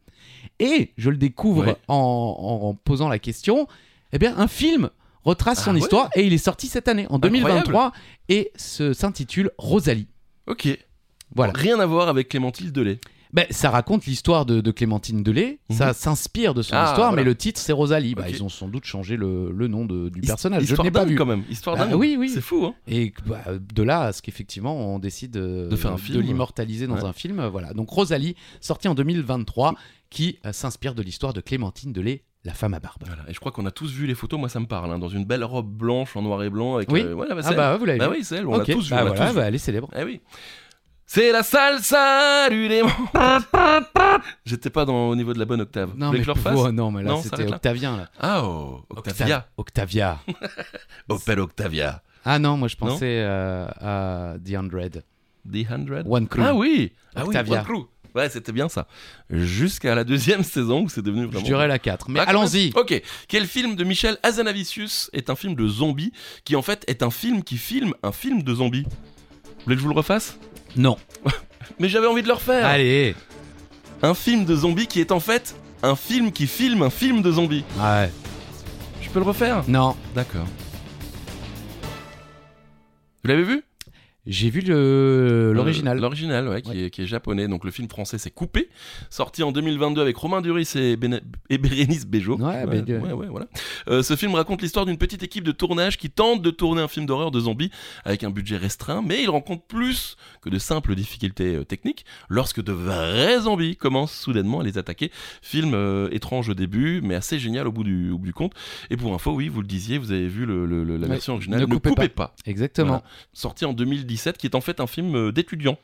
Speaker 3: Et je le découvre
Speaker 1: Ouais.
Speaker 3: en, en- en posant la question. Eh bien, un film retrace
Speaker 1: Ah
Speaker 3: son
Speaker 1: ouais
Speaker 3: histoire et il est sorti cette année, en 2023, et se- s'intitule Rosalie.
Speaker 1: Ok.
Speaker 3: Voilà.
Speaker 1: Rien à voir avec Clémentine Delay.
Speaker 3: Ben, ça raconte l'histoire de, de Clémentine Delay,
Speaker 1: Mhm.
Speaker 3: ça s'inspire de son
Speaker 1: Ah,
Speaker 3: histoire,
Speaker 1: voilà.
Speaker 3: mais le titre c'est Rosalie. Ben,
Speaker 1: Ok.
Speaker 3: ils ont sans doute changé le, le nom de- du
Speaker 1: His-
Speaker 3: personnage, je ne
Speaker 1: Histoire
Speaker 3: l'ai pas
Speaker 1: dingue,
Speaker 3: vu.
Speaker 1: quand même. Histoire
Speaker 3: Bah
Speaker 1: dingue.
Speaker 3: oui, oui.
Speaker 1: C'est fou, hein.
Speaker 3: Et bah, de là à ce qu'effectivement on décide euh,
Speaker 1: De faire un film.
Speaker 3: l'immortaliser dans
Speaker 1: Ouais.
Speaker 3: un film. euh, Voilà. Donc Rosalie, sorti en 2023, qui euh, s'inspire de l'histoire de Clémentine Delay, la femme à barbe.
Speaker 1: Voilà. Et je crois qu'on a tous vu les photos. Moi, ça me parle. hein, Dans une belle robe blanche en noir et blanc. Avec,
Speaker 3: Oui.
Speaker 1: euh, ouais, bah, c'est
Speaker 3: Ah
Speaker 1: elle.
Speaker 3: bah ouais, vous l'avez
Speaker 1: Bah
Speaker 3: vu.
Speaker 1: oui, c'est elle. On
Speaker 3: Ok,
Speaker 1: l'a tous vu.
Speaker 3: bah
Speaker 1: on l'a
Speaker 3: voilà,
Speaker 1: tous vu.
Speaker 3: bah, elle est célèbre.
Speaker 1: Eh oui. C'est la salsa du démon.
Speaker 3: [LAUGHS]
Speaker 1: J'étais pas dans, au niveau de la bonne octave. Vous
Speaker 3: Non
Speaker 1: voulez
Speaker 3: mais,
Speaker 1: que je le refasse
Speaker 3: oh, non mais là
Speaker 1: Non, ça
Speaker 3: c'était
Speaker 1: arrête là.
Speaker 3: Octavien là.
Speaker 1: Ah oh, Octavia.
Speaker 3: Octa- Octavia.
Speaker 1: Opel Octavia.
Speaker 3: Ah non, moi je pensais euh, à The Hundred.
Speaker 1: The 100.
Speaker 3: One Crew.
Speaker 1: Ah oui Ah
Speaker 3: Octavia.
Speaker 1: oui, One Crew. Ouais, c'était bien ça. Jusqu'à la deuxième [LAUGHS] saison où c'est devenu
Speaker 3: je
Speaker 1: vraiment...
Speaker 3: dirais la 4. Mais
Speaker 1: Ah, quand même.
Speaker 3: allons-y.
Speaker 1: Ok. Quel film de Michel Azanavicius est un film de zombie qui en fait est un film qui filme un film de zombie Vous voulez que je vous le refasse
Speaker 3: Non.
Speaker 1: Mais j'avais envie de le refaire
Speaker 3: Allez.
Speaker 1: Un film de zombie qui est en fait un film qui filme un film de zombie.
Speaker 3: Ouais.
Speaker 1: Je peux le refaire
Speaker 3: Non.
Speaker 1: D'accord. Vous l'avez vu
Speaker 3: J'ai vu le-
Speaker 1: Euh,
Speaker 3: l'original.
Speaker 1: L'original, ouais, qui, Est, qui est japonais. Donc le film français, c'est Coupé, sorti en 2022 avec Romain Duris et, Béné- et Bérénice Bejo.
Speaker 3: Ouais, Bédieu.
Speaker 1: ouais, ouais, voilà. Euh, ce film raconte l'histoire d'une petite équipe de tournage qui tente de tourner un film d'horreur de zombies avec un budget restreint, mais ils rencontrent plus que de simples difficultés euh, techniques lorsque de vrais zombies commencent soudainement à les attaquer. Film euh, étrange au début, mais assez génial au bout, du, au bout du compte. Et pour info, oui, vous le disiez, vous avez vu le- le- le- la
Speaker 3: Ouais,
Speaker 1: version originale.
Speaker 3: Ne
Speaker 1: Ne coupez,
Speaker 3: coupez
Speaker 1: pas.
Speaker 3: Exactement.
Speaker 1: Sorti en 2017, qui est en fait un film euh, d'étudiants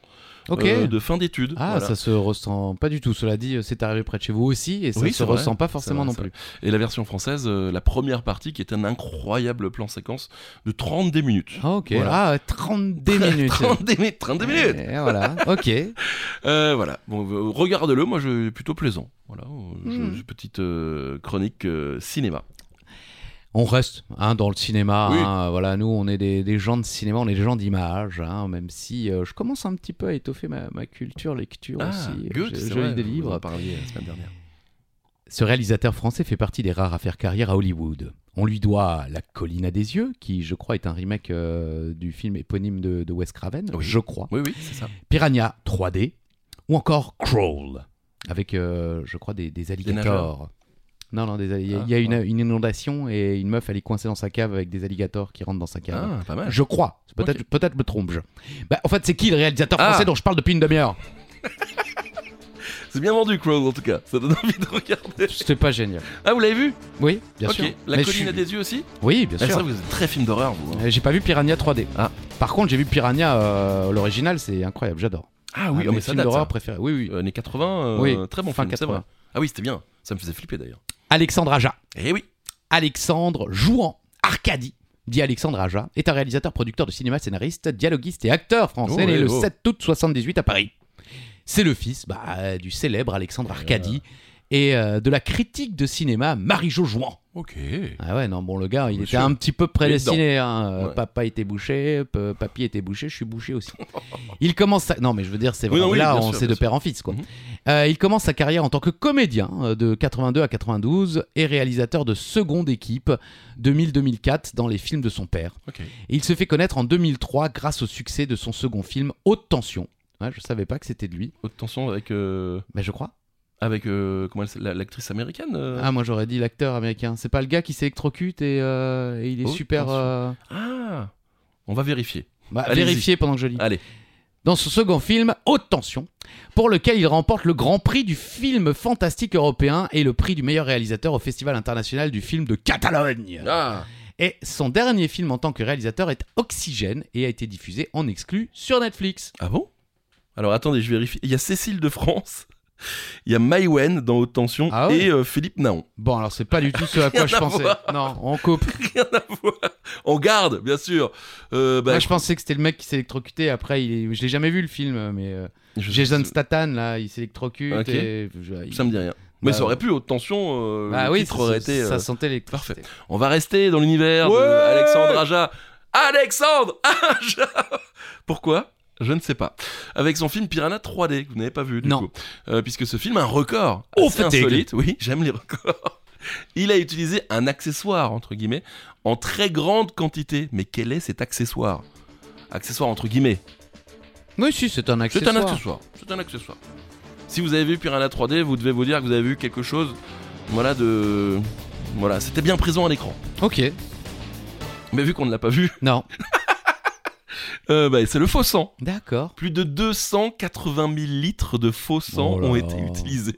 Speaker 3: Ok.
Speaker 1: euh, de fin d'études.
Speaker 3: Ah,
Speaker 1: Voilà.
Speaker 3: ça se ressent pas du tout. Cela dit, euh, c'est arrivé près de chez vous aussi et ça
Speaker 1: Oui,
Speaker 3: se
Speaker 1: c'est vrai.
Speaker 3: ressent pas forcément
Speaker 1: C'est
Speaker 3: non
Speaker 1: vrai,
Speaker 3: plus.
Speaker 1: Et la version française, euh, la première partie, qui est un incroyable plan séquence de 32 minutes.
Speaker 3: Ah, ok.
Speaker 1: Voilà.
Speaker 3: Ah, 32
Speaker 1: [LAUGHS]
Speaker 3: minutes.
Speaker 1: 32 minutes, 32 minutes.
Speaker 3: Et voilà, ok.
Speaker 1: Euh, voilà. Bon, euh, regarde-le. Moi, je plutôt plaisant. Voilà. euh, je-
Speaker 3: Mhm.
Speaker 1: je- petite euh, chronique euh, cinéma.
Speaker 3: On reste hein, dans le cinéma.
Speaker 1: Oui.
Speaker 3: hein, voilà, nous, on est des, des gens de cinéma, on est des gens d'image, hein, même si euh, je commence un petit peu à étoffer ma, ma culture lecture aussi.
Speaker 1: Ah, good,
Speaker 3: Je-
Speaker 1: c'est
Speaker 3: je
Speaker 1: vrai,
Speaker 3: lis des
Speaker 1: vous en
Speaker 3: livres.
Speaker 1: parliez la semaine dernière.
Speaker 3: Ce réalisateur français fait partie des rares à faire carrière à Hollywood. On lui doit La colline à des yeux, qui je crois est un remake euh, du film éponyme de, de Wes Craven,
Speaker 1: Oui.
Speaker 3: je crois.
Speaker 1: Oui, oui, c'est ça.
Speaker 3: Piranha 3D, ou encore Crawl, avec euh, je crois des, des alligators.
Speaker 1: nageurs.
Speaker 3: non, non, des al- il y a-
Speaker 1: Ah,
Speaker 3: il y a une,
Speaker 1: ah.
Speaker 3: une inondation et une meuf elle est coincée dans sa cave avec des alligators qui rentrent dans sa cave.
Speaker 1: Ah, pas mal.
Speaker 3: Je crois. Peut-être peut-être me trompe-je. Bah, en fait, c'est qui le réalisateur
Speaker 1: Ah.
Speaker 3: français dont je parle depuis une demi-heure
Speaker 1: C'est bien vendu, Crawl, en tout cas. Ça donne [LAUGHS] envie de regarder.
Speaker 3: C'était pas génial.
Speaker 1: Ah, vous l'avez vu
Speaker 3: Oui, bien
Speaker 1: Ok.
Speaker 3: sûr.
Speaker 1: La
Speaker 3: Mais je
Speaker 1: colline
Speaker 3: suis-
Speaker 1: à des yeux aussi
Speaker 3: Oui, bien
Speaker 1: Ah, C'est
Speaker 3: sûr.
Speaker 1: vrai, vous êtes très film d'horreur, vous. hein.
Speaker 3: Euh, J'ai pas vu Piranha 3D.
Speaker 1: Ah.
Speaker 3: Par contre, j'ai vu Piranha, euh, l'original, c'est incroyable, j'adore.
Speaker 1: Ah oui,
Speaker 3: Un de
Speaker 1: ah,
Speaker 3: mes
Speaker 1: mais ça
Speaker 3: films
Speaker 1: date.
Speaker 3: d'horreur
Speaker 1: ça.
Speaker 3: préférés. Oui, oui.
Speaker 1: Euh, Années 80, euh,
Speaker 3: Oui,
Speaker 1: très bon
Speaker 3: fin
Speaker 1: film, c'est
Speaker 3: 80.
Speaker 1: vrai. Ah oui, c'était bien. Ça me faisait flipper d'ailleurs.
Speaker 3: Alexandre Aja.
Speaker 1: Eh oui.
Speaker 3: Alexandre Jouan, Arcadie, dit Alexandre Aja, est un réalisateur, producteur de cinéma, scénariste, dialoguiste et acteur français,
Speaker 1: Oh,
Speaker 3: né
Speaker 1: eh,
Speaker 3: le
Speaker 1: oh.
Speaker 3: 7 août 78 à Paris. C'est le fils bah, du célèbre Alexandre Arcadie et euh, de la critique de cinéma Marie-Jo Jouan.
Speaker 1: Ok.
Speaker 3: Ah ouais, non, bon, le gars, il
Speaker 1: Monsieur.
Speaker 3: était un petit peu prédestiné. hein. Euh,
Speaker 1: Ouais.
Speaker 3: Papa était bouché, pe- papy était bouché, je suis bouché aussi. [LAUGHS] il commence sa... Non, mais je veux dire, c'est
Speaker 1: Oui,
Speaker 3: vrai.
Speaker 1: non, oui,
Speaker 3: là,
Speaker 1: bien
Speaker 3: on
Speaker 1: sûr,
Speaker 3: c'est de
Speaker 1: bien sûr.
Speaker 3: père en fils, quoi.
Speaker 1: Mhm.
Speaker 3: Euh, il commence sa carrière en tant que comédien euh, de 82 à 92 et réalisateur de seconde équipe 2000-2004 dans les films de son père.
Speaker 1: Ok.
Speaker 3: Et il se fait connaître en 2003 grâce au succès de son second film Haute Tension. Ouais, je savais pas que c'était de lui,
Speaker 1: Haute tension avec euh,
Speaker 3: mais je crois.
Speaker 1: avec euh, comment elle s- la- l'actrice américaine. euh.
Speaker 3: Ah, moi j'aurais dit l'acteur américain. C'est pas le gars qui s'électrocute et, euh, et il est
Speaker 1: Haute
Speaker 3: super.
Speaker 1: Tension.
Speaker 3: euh,
Speaker 1: Ah. On va vérifier.
Speaker 3: Bah,
Speaker 1: Allez-y.
Speaker 3: vérifiez pendant que je lis.
Speaker 1: Allez.
Speaker 3: Dans ce second film, Haute Tension, pour lequel il remporte le grand prix du film fantastique européen et le prix du meilleur réalisateur au Festival international du film de Catalogne.
Speaker 1: Ah.
Speaker 3: Et son dernier film en tant que réalisateur est Oxygène et a été diffusé en exclu sur Netflix.
Speaker 1: Ah bon Alors attendez, je vérifie. Il y a Cécile de France. [LAUGHS] Il y a Maïwen dans Haute Tension
Speaker 3: Ah ouais.
Speaker 1: et euh, Philippe Naon. [LAUGHS]
Speaker 3: Bon, alors c'est pas du tout ce à quoi
Speaker 1: Rien
Speaker 3: je
Speaker 1: à
Speaker 3: pensais.
Speaker 1: voir.
Speaker 3: Non, on coupe.
Speaker 1: Rien à voir. On garde, bien sûr. Euh, bah,
Speaker 3: Moi, je pensais que c'était le mec qui s'électrocutait. Après, il est- je l'ai jamais vu le film, mais euh,
Speaker 1: je-
Speaker 3: Jason Statham, là, il s'électrocute.
Speaker 1: Ok.
Speaker 3: et- je- il-
Speaker 1: Ça me dit rien. Mais
Speaker 3: Bah,
Speaker 1: ça aurait pu, Haute Tension, euh,
Speaker 3: Bah
Speaker 1: le
Speaker 3: oui,
Speaker 1: titre
Speaker 3: ça-
Speaker 1: aurait
Speaker 3: ça-
Speaker 1: été... euh,
Speaker 3: ça sentait l'électricité.
Speaker 1: On va rester dans l'univers de
Speaker 2: Ouais
Speaker 1: Alexandre Aja. Alexandre Aja Pourquoi je ne sais pas. Avec son film Piranha 3D, que vous n'avez pas vu du
Speaker 3: Non.
Speaker 1: coup. Euh, puisque ce film a un record
Speaker 3: Oh,
Speaker 1: assez
Speaker 3: fatigue.
Speaker 1: insolite. Oui, j'aime les records. Il a utilisé un accessoire, entre guillemets, en très grande quantité. Mais quel est cet accessoire Accessoire, entre guillemets.
Speaker 3: Oui, si, c'est un
Speaker 1: C'est un
Speaker 3: accessoire.
Speaker 1: accessoire. C'est un accessoire. Si vous avez vu Piranha 3D, vous devez vous dire que vous avez vu quelque chose, voilà, de... Voilà, c'était bien présent à l'écran.
Speaker 3: Ok,
Speaker 1: Mais vu qu'on ne l'a pas vu,
Speaker 3: non.
Speaker 1: Euh, bah, c'est le faux sang.
Speaker 3: D'accord.
Speaker 1: Plus de 280 000 litres de faux sang
Speaker 3: Oh là
Speaker 1: ont
Speaker 3: là.
Speaker 1: été utilisés.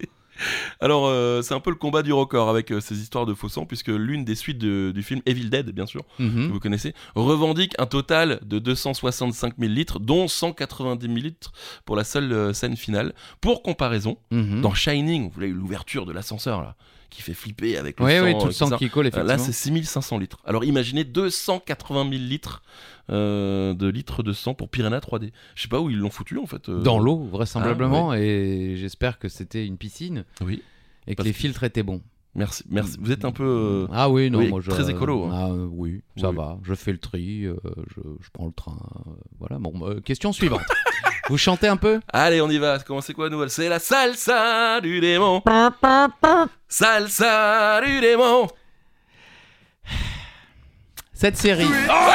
Speaker 1: Alors, euh, c'est un peu le combat du record avec euh, ces histoires de faux sang, puisque l'une des suites de- du film Evil Dead, bien sûr,
Speaker 3: Mm. Mhm,
Speaker 1: que vous connaissez, revendique un total de 265 000 litres, dont 190 000 litres pour la seule euh, scène finale. Pour comparaison,
Speaker 3: mhm. Mm.
Speaker 1: dans Shining, vous avez eu l'ouverture de l'ascenseur, là, qui fait flipper avec le
Speaker 3: Oui,
Speaker 1: sang.
Speaker 3: oui, tout
Speaker 1: euh,
Speaker 3: le sang
Speaker 1: ça.
Speaker 3: qui colle,
Speaker 1: Euh,
Speaker 3: effectivement.
Speaker 1: Là, c'est 6500 litres. Alors imaginez 280 000 litres euh, de litres de sang pour Piranha 3D. Je sais pas où ils l'ont foutu en fait. euh.
Speaker 3: Dans l'eau, vraisemblablement,
Speaker 1: Ah,
Speaker 3: et j'espère que c'était une piscine
Speaker 1: Oui.
Speaker 3: et que
Speaker 1: Parce
Speaker 3: les
Speaker 1: que-
Speaker 3: filtres étaient bons.
Speaker 1: Merci, merci. Vous êtes un peu. euh,
Speaker 3: ah oui, non,
Speaker 1: oui,
Speaker 3: moi je.
Speaker 1: très écolo, hein.
Speaker 3: Ah, euh, oui, ça
Speaker 1: Oui.
Speaker 3: va, je fais le tri, euh, je, je prends le train. euh, voilà, bon, euh, question suivante.
Speaker 1: [LAUGHS]
Speaker 3: vous chantez un peu
Speaker 1: Allez, on y va. Comment c'est quoi la nouvelle C'est la salsa du démon. Salsa du démon.
Speaker 3: Cette série.
Speaker 1: Ah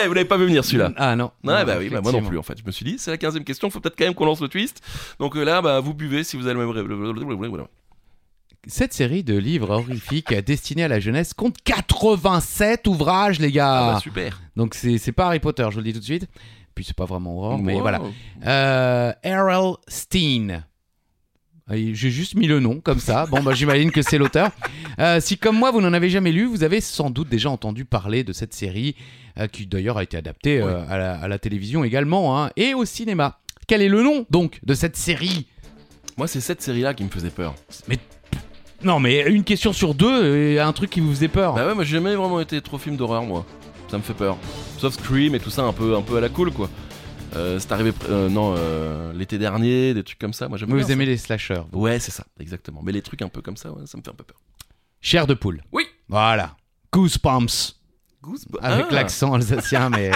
Speaker 1: ouais, vous l'avez pas vu venir celui-là.
Speaker 3: Ah non.
Speaker 1: Ouais,
Speaker 3: Non,
Speaker 1: bah oui, bah moi non
Speaker 3: effectivement.
Speaker 1: plus en fait. Je me suis dit, c'est la 15 question, faut peut-être quand même qu'on lance le twist. Donc euh, là, bah, vous buvez si vous avez le
Speaker 3: Ah.
Speaker 1: même.
Speaker 3: Cette série de livres horrifiques [LAUGHS] destinés à la jeunesse compte 87 ouvrages, les
Speaker 1: Ah,
Speaker 3: gars.
Speaker 1: bah, super.
Speaker 3: Donc c'est c'est pas Harry Potter, je vous le dis tout de suite. Puis c'est pas vraiment horreur, mais
Speaker 1: Wow.
Speaker 3: voilà. Euh, Errol Steen. Ah, il- J'ai juste mis le nom comme ça. Bon, bah, j'imagine que c'est l'auteur. Euh, si, comme moi, vous n'en avez jamais lu, vous avez sans doute déjà entendu parler de cette série euh, qui, d'ailleurs, a été adaptée euh, à, la, à la télévision également hein, et au cinéma. Quel est le nom, donc, de cette série
Speaker 1: Moi, c'est cette série-là qui me faisait peur.
Speaker 3: Non, mais une question sur deux et un truc qui vous faisait peur.
Speaker 1: Bah ouais, moi j'ai jamais vraiment été trop film d'horreur, moi. Ça me fait peur. Sauf Scream et tout ça, un peu, un peu à la cool, quoi. Euh, c'est arrivé, pr- euh, non, euh, l'été dernier, des trucs comme ça. Moi j'aime
Speaker 3: vous
Speaker 1: bien
Speaker 3: aimez les slashers.
Speaker 1: ça. Ouais, c'est ça, exactement. Mais les trucs un peu comme ça, ouais, ça me fait un peu peur.
Speaker 3: Chair de poule.
Speaker 1: Oui.
Speaker 3: Voilà. Goosebumps.
Speaker 1: Goosebumps.
Speaker 3: Avec
Speaker 1: Ah,
Speaker 3: l'accent
Speaker 1: [LAUGHS]
Speaker 3: alsacien, mais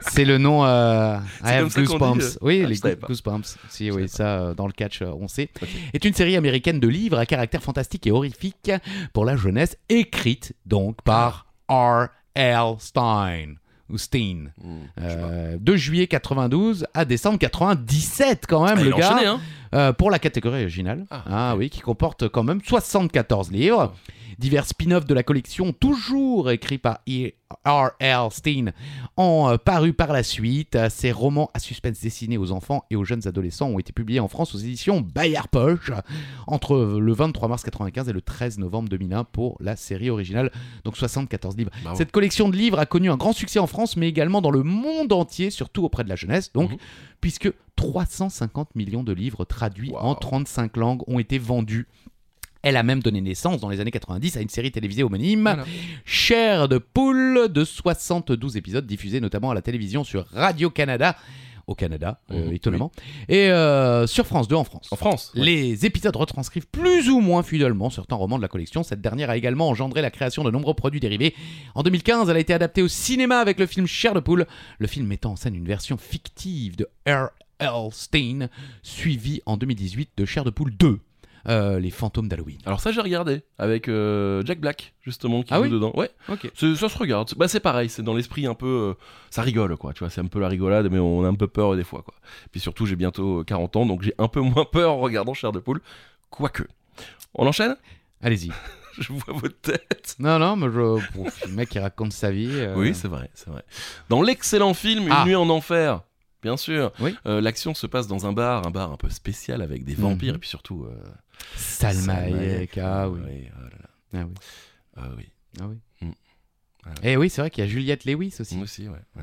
Speaker 3: c'est le nom. euh, I
Speaker 1: C'est
Speaker 3: have
Speaker 1: comme ça qu'on
Speaker 3: Goosebumps.
Speaker 1: dit, euh.
Speaker 3: Oui,
Speaker 1: Ah,
Speaker 3: les
Speaker 1: je savais
Speaker 3: Goo-
Speaker 1: pas.
Speaker 3: Goosebumps. Si,
Speaker 1: Je
Speaker 3: oui,
Speaker 1: savais
Speaker 3: ça, euh, dans le catch, euh, on sait. Est une série américaine de livres à caractère fantastique et horrifique pour la jeunesse, écrite donc par R.L. Stein. Ou Stein.
Speaker 1: hmm, je sais pas.
Speaker 3: Euh, de juillet 92 à décembre 97, quand même,
Speaker 1: Ah,
Speaker 3: le
Speaker 1: il a
Speaker 3: gars.
Speaker 1: enchaîné, hein.
Speaker 3: Euh, pour la catégorie originale,
Speaker 1: Ah,
Speaker 3: hein, oui, qui comporte quand même 74 livres, divers spin-offs de la collection, toujours écrits par R.L. Stein, ont euh, paru par la suite. Euh, Ses romans à suspense dessinés aux enfants et aux jeunes adolescents ont été publiés en France aux éditions Bayard Poche entre le 23 mars 95 et le 13 novembre 2001 pour la série originale, donc 74 livres.
Speaker 1: Bravo.
Speaker 3: Cette collection de livres a connu un grand succès en France, mais également dans le monde entier, surtout auprès de la jeunesse, donc,
Speaker 1: Mhm.
Speaker 3: puisque 350 millions de livres traduits
Speaker 1: Wow.
Speaker 3: en 35 langues ont été vendus. Elle a même donné naissance dans les années 90 à une série télévisée homonyme,
Speaker 1: Voilà.
Speaker 3: Chair de poule, de 72 épisodes diffusés notamment à la télévision sur Radio-Canada, au Canada, euh,
Speaker 1: Mhm,
Speaker 3: étonnamment, et euh, sur France 2 en France.
Speaker 1: En France. ouais.
Speaker 3: Les épisodes retranscrivent plus ou moins fidèlement certains romans de la collection. Cette dernière a également engendré la création de nombreux produits dérivés. En 2015, elle a été adaptée au cinéma avec le film Cher de poule, le film mettant en scène une version fictive de R.L. Stein, suivie en 2018 de Cher de poule 2, euh, Les fantômes d'Halloween.
Speaker 1: Alors ça j'ai regardé avec euh, Jack Black justement qui
Speaker 3: Ah
Speaker 1: joue
Speaker 3: oui
Speaker 1: dedans. Ouais.
Speaker 3: Ok.
Speaker 1: C'est- Ça se regarde. C'est- Bah c'est pareil. C'est dans l'esprit un peu. euh, ça rigole quoi. Tu vois, c'est un peu la rigolade, mais on a un peu peur euh, des fois quoi. Puis surtout j'ai bientôt euh, 40 ans, donc j'ai un peu [LAUGHS] moins peur en regardant Cher de poule. Quoique. On enchaîne [LAUGHS]
Speaker 3: Allez-y.
Speaker 1: Je vois votre tête.
Speaker 3: Non, non, mais je... Pff, le mec qui raconte sa vie. euh,
Speaker 1: Oui, c'est vrai, c'est vrai. Dans l'excellent film Une
Speaker 3: Ah.
Speaker 1: nuit en enfer. Bien sûr.
Speaker 3: Oui.
Speaker 1: Euh, L'action se passe dans un bar, un bar un peu spécial avec des vampires
Speaker 3: Mhm.
Speaker 1: et puis surtout. euh,
Speaker 3: Salma
Speaker 1: Salma
Speaker 3: Hayek. Ah oui.
Speaker 1: oh là là.
Speaker 3: Ah oui.
Speaker 1: Ah oui.
Speaker 3: Ah oui.
Speaker 1: Mm. Ah oui.
Speaker 3: Eh oui, c'est vrai qu'il y a Juliette Lewis aussi.
Speaker 1: Moi aussi, ouais. ouais.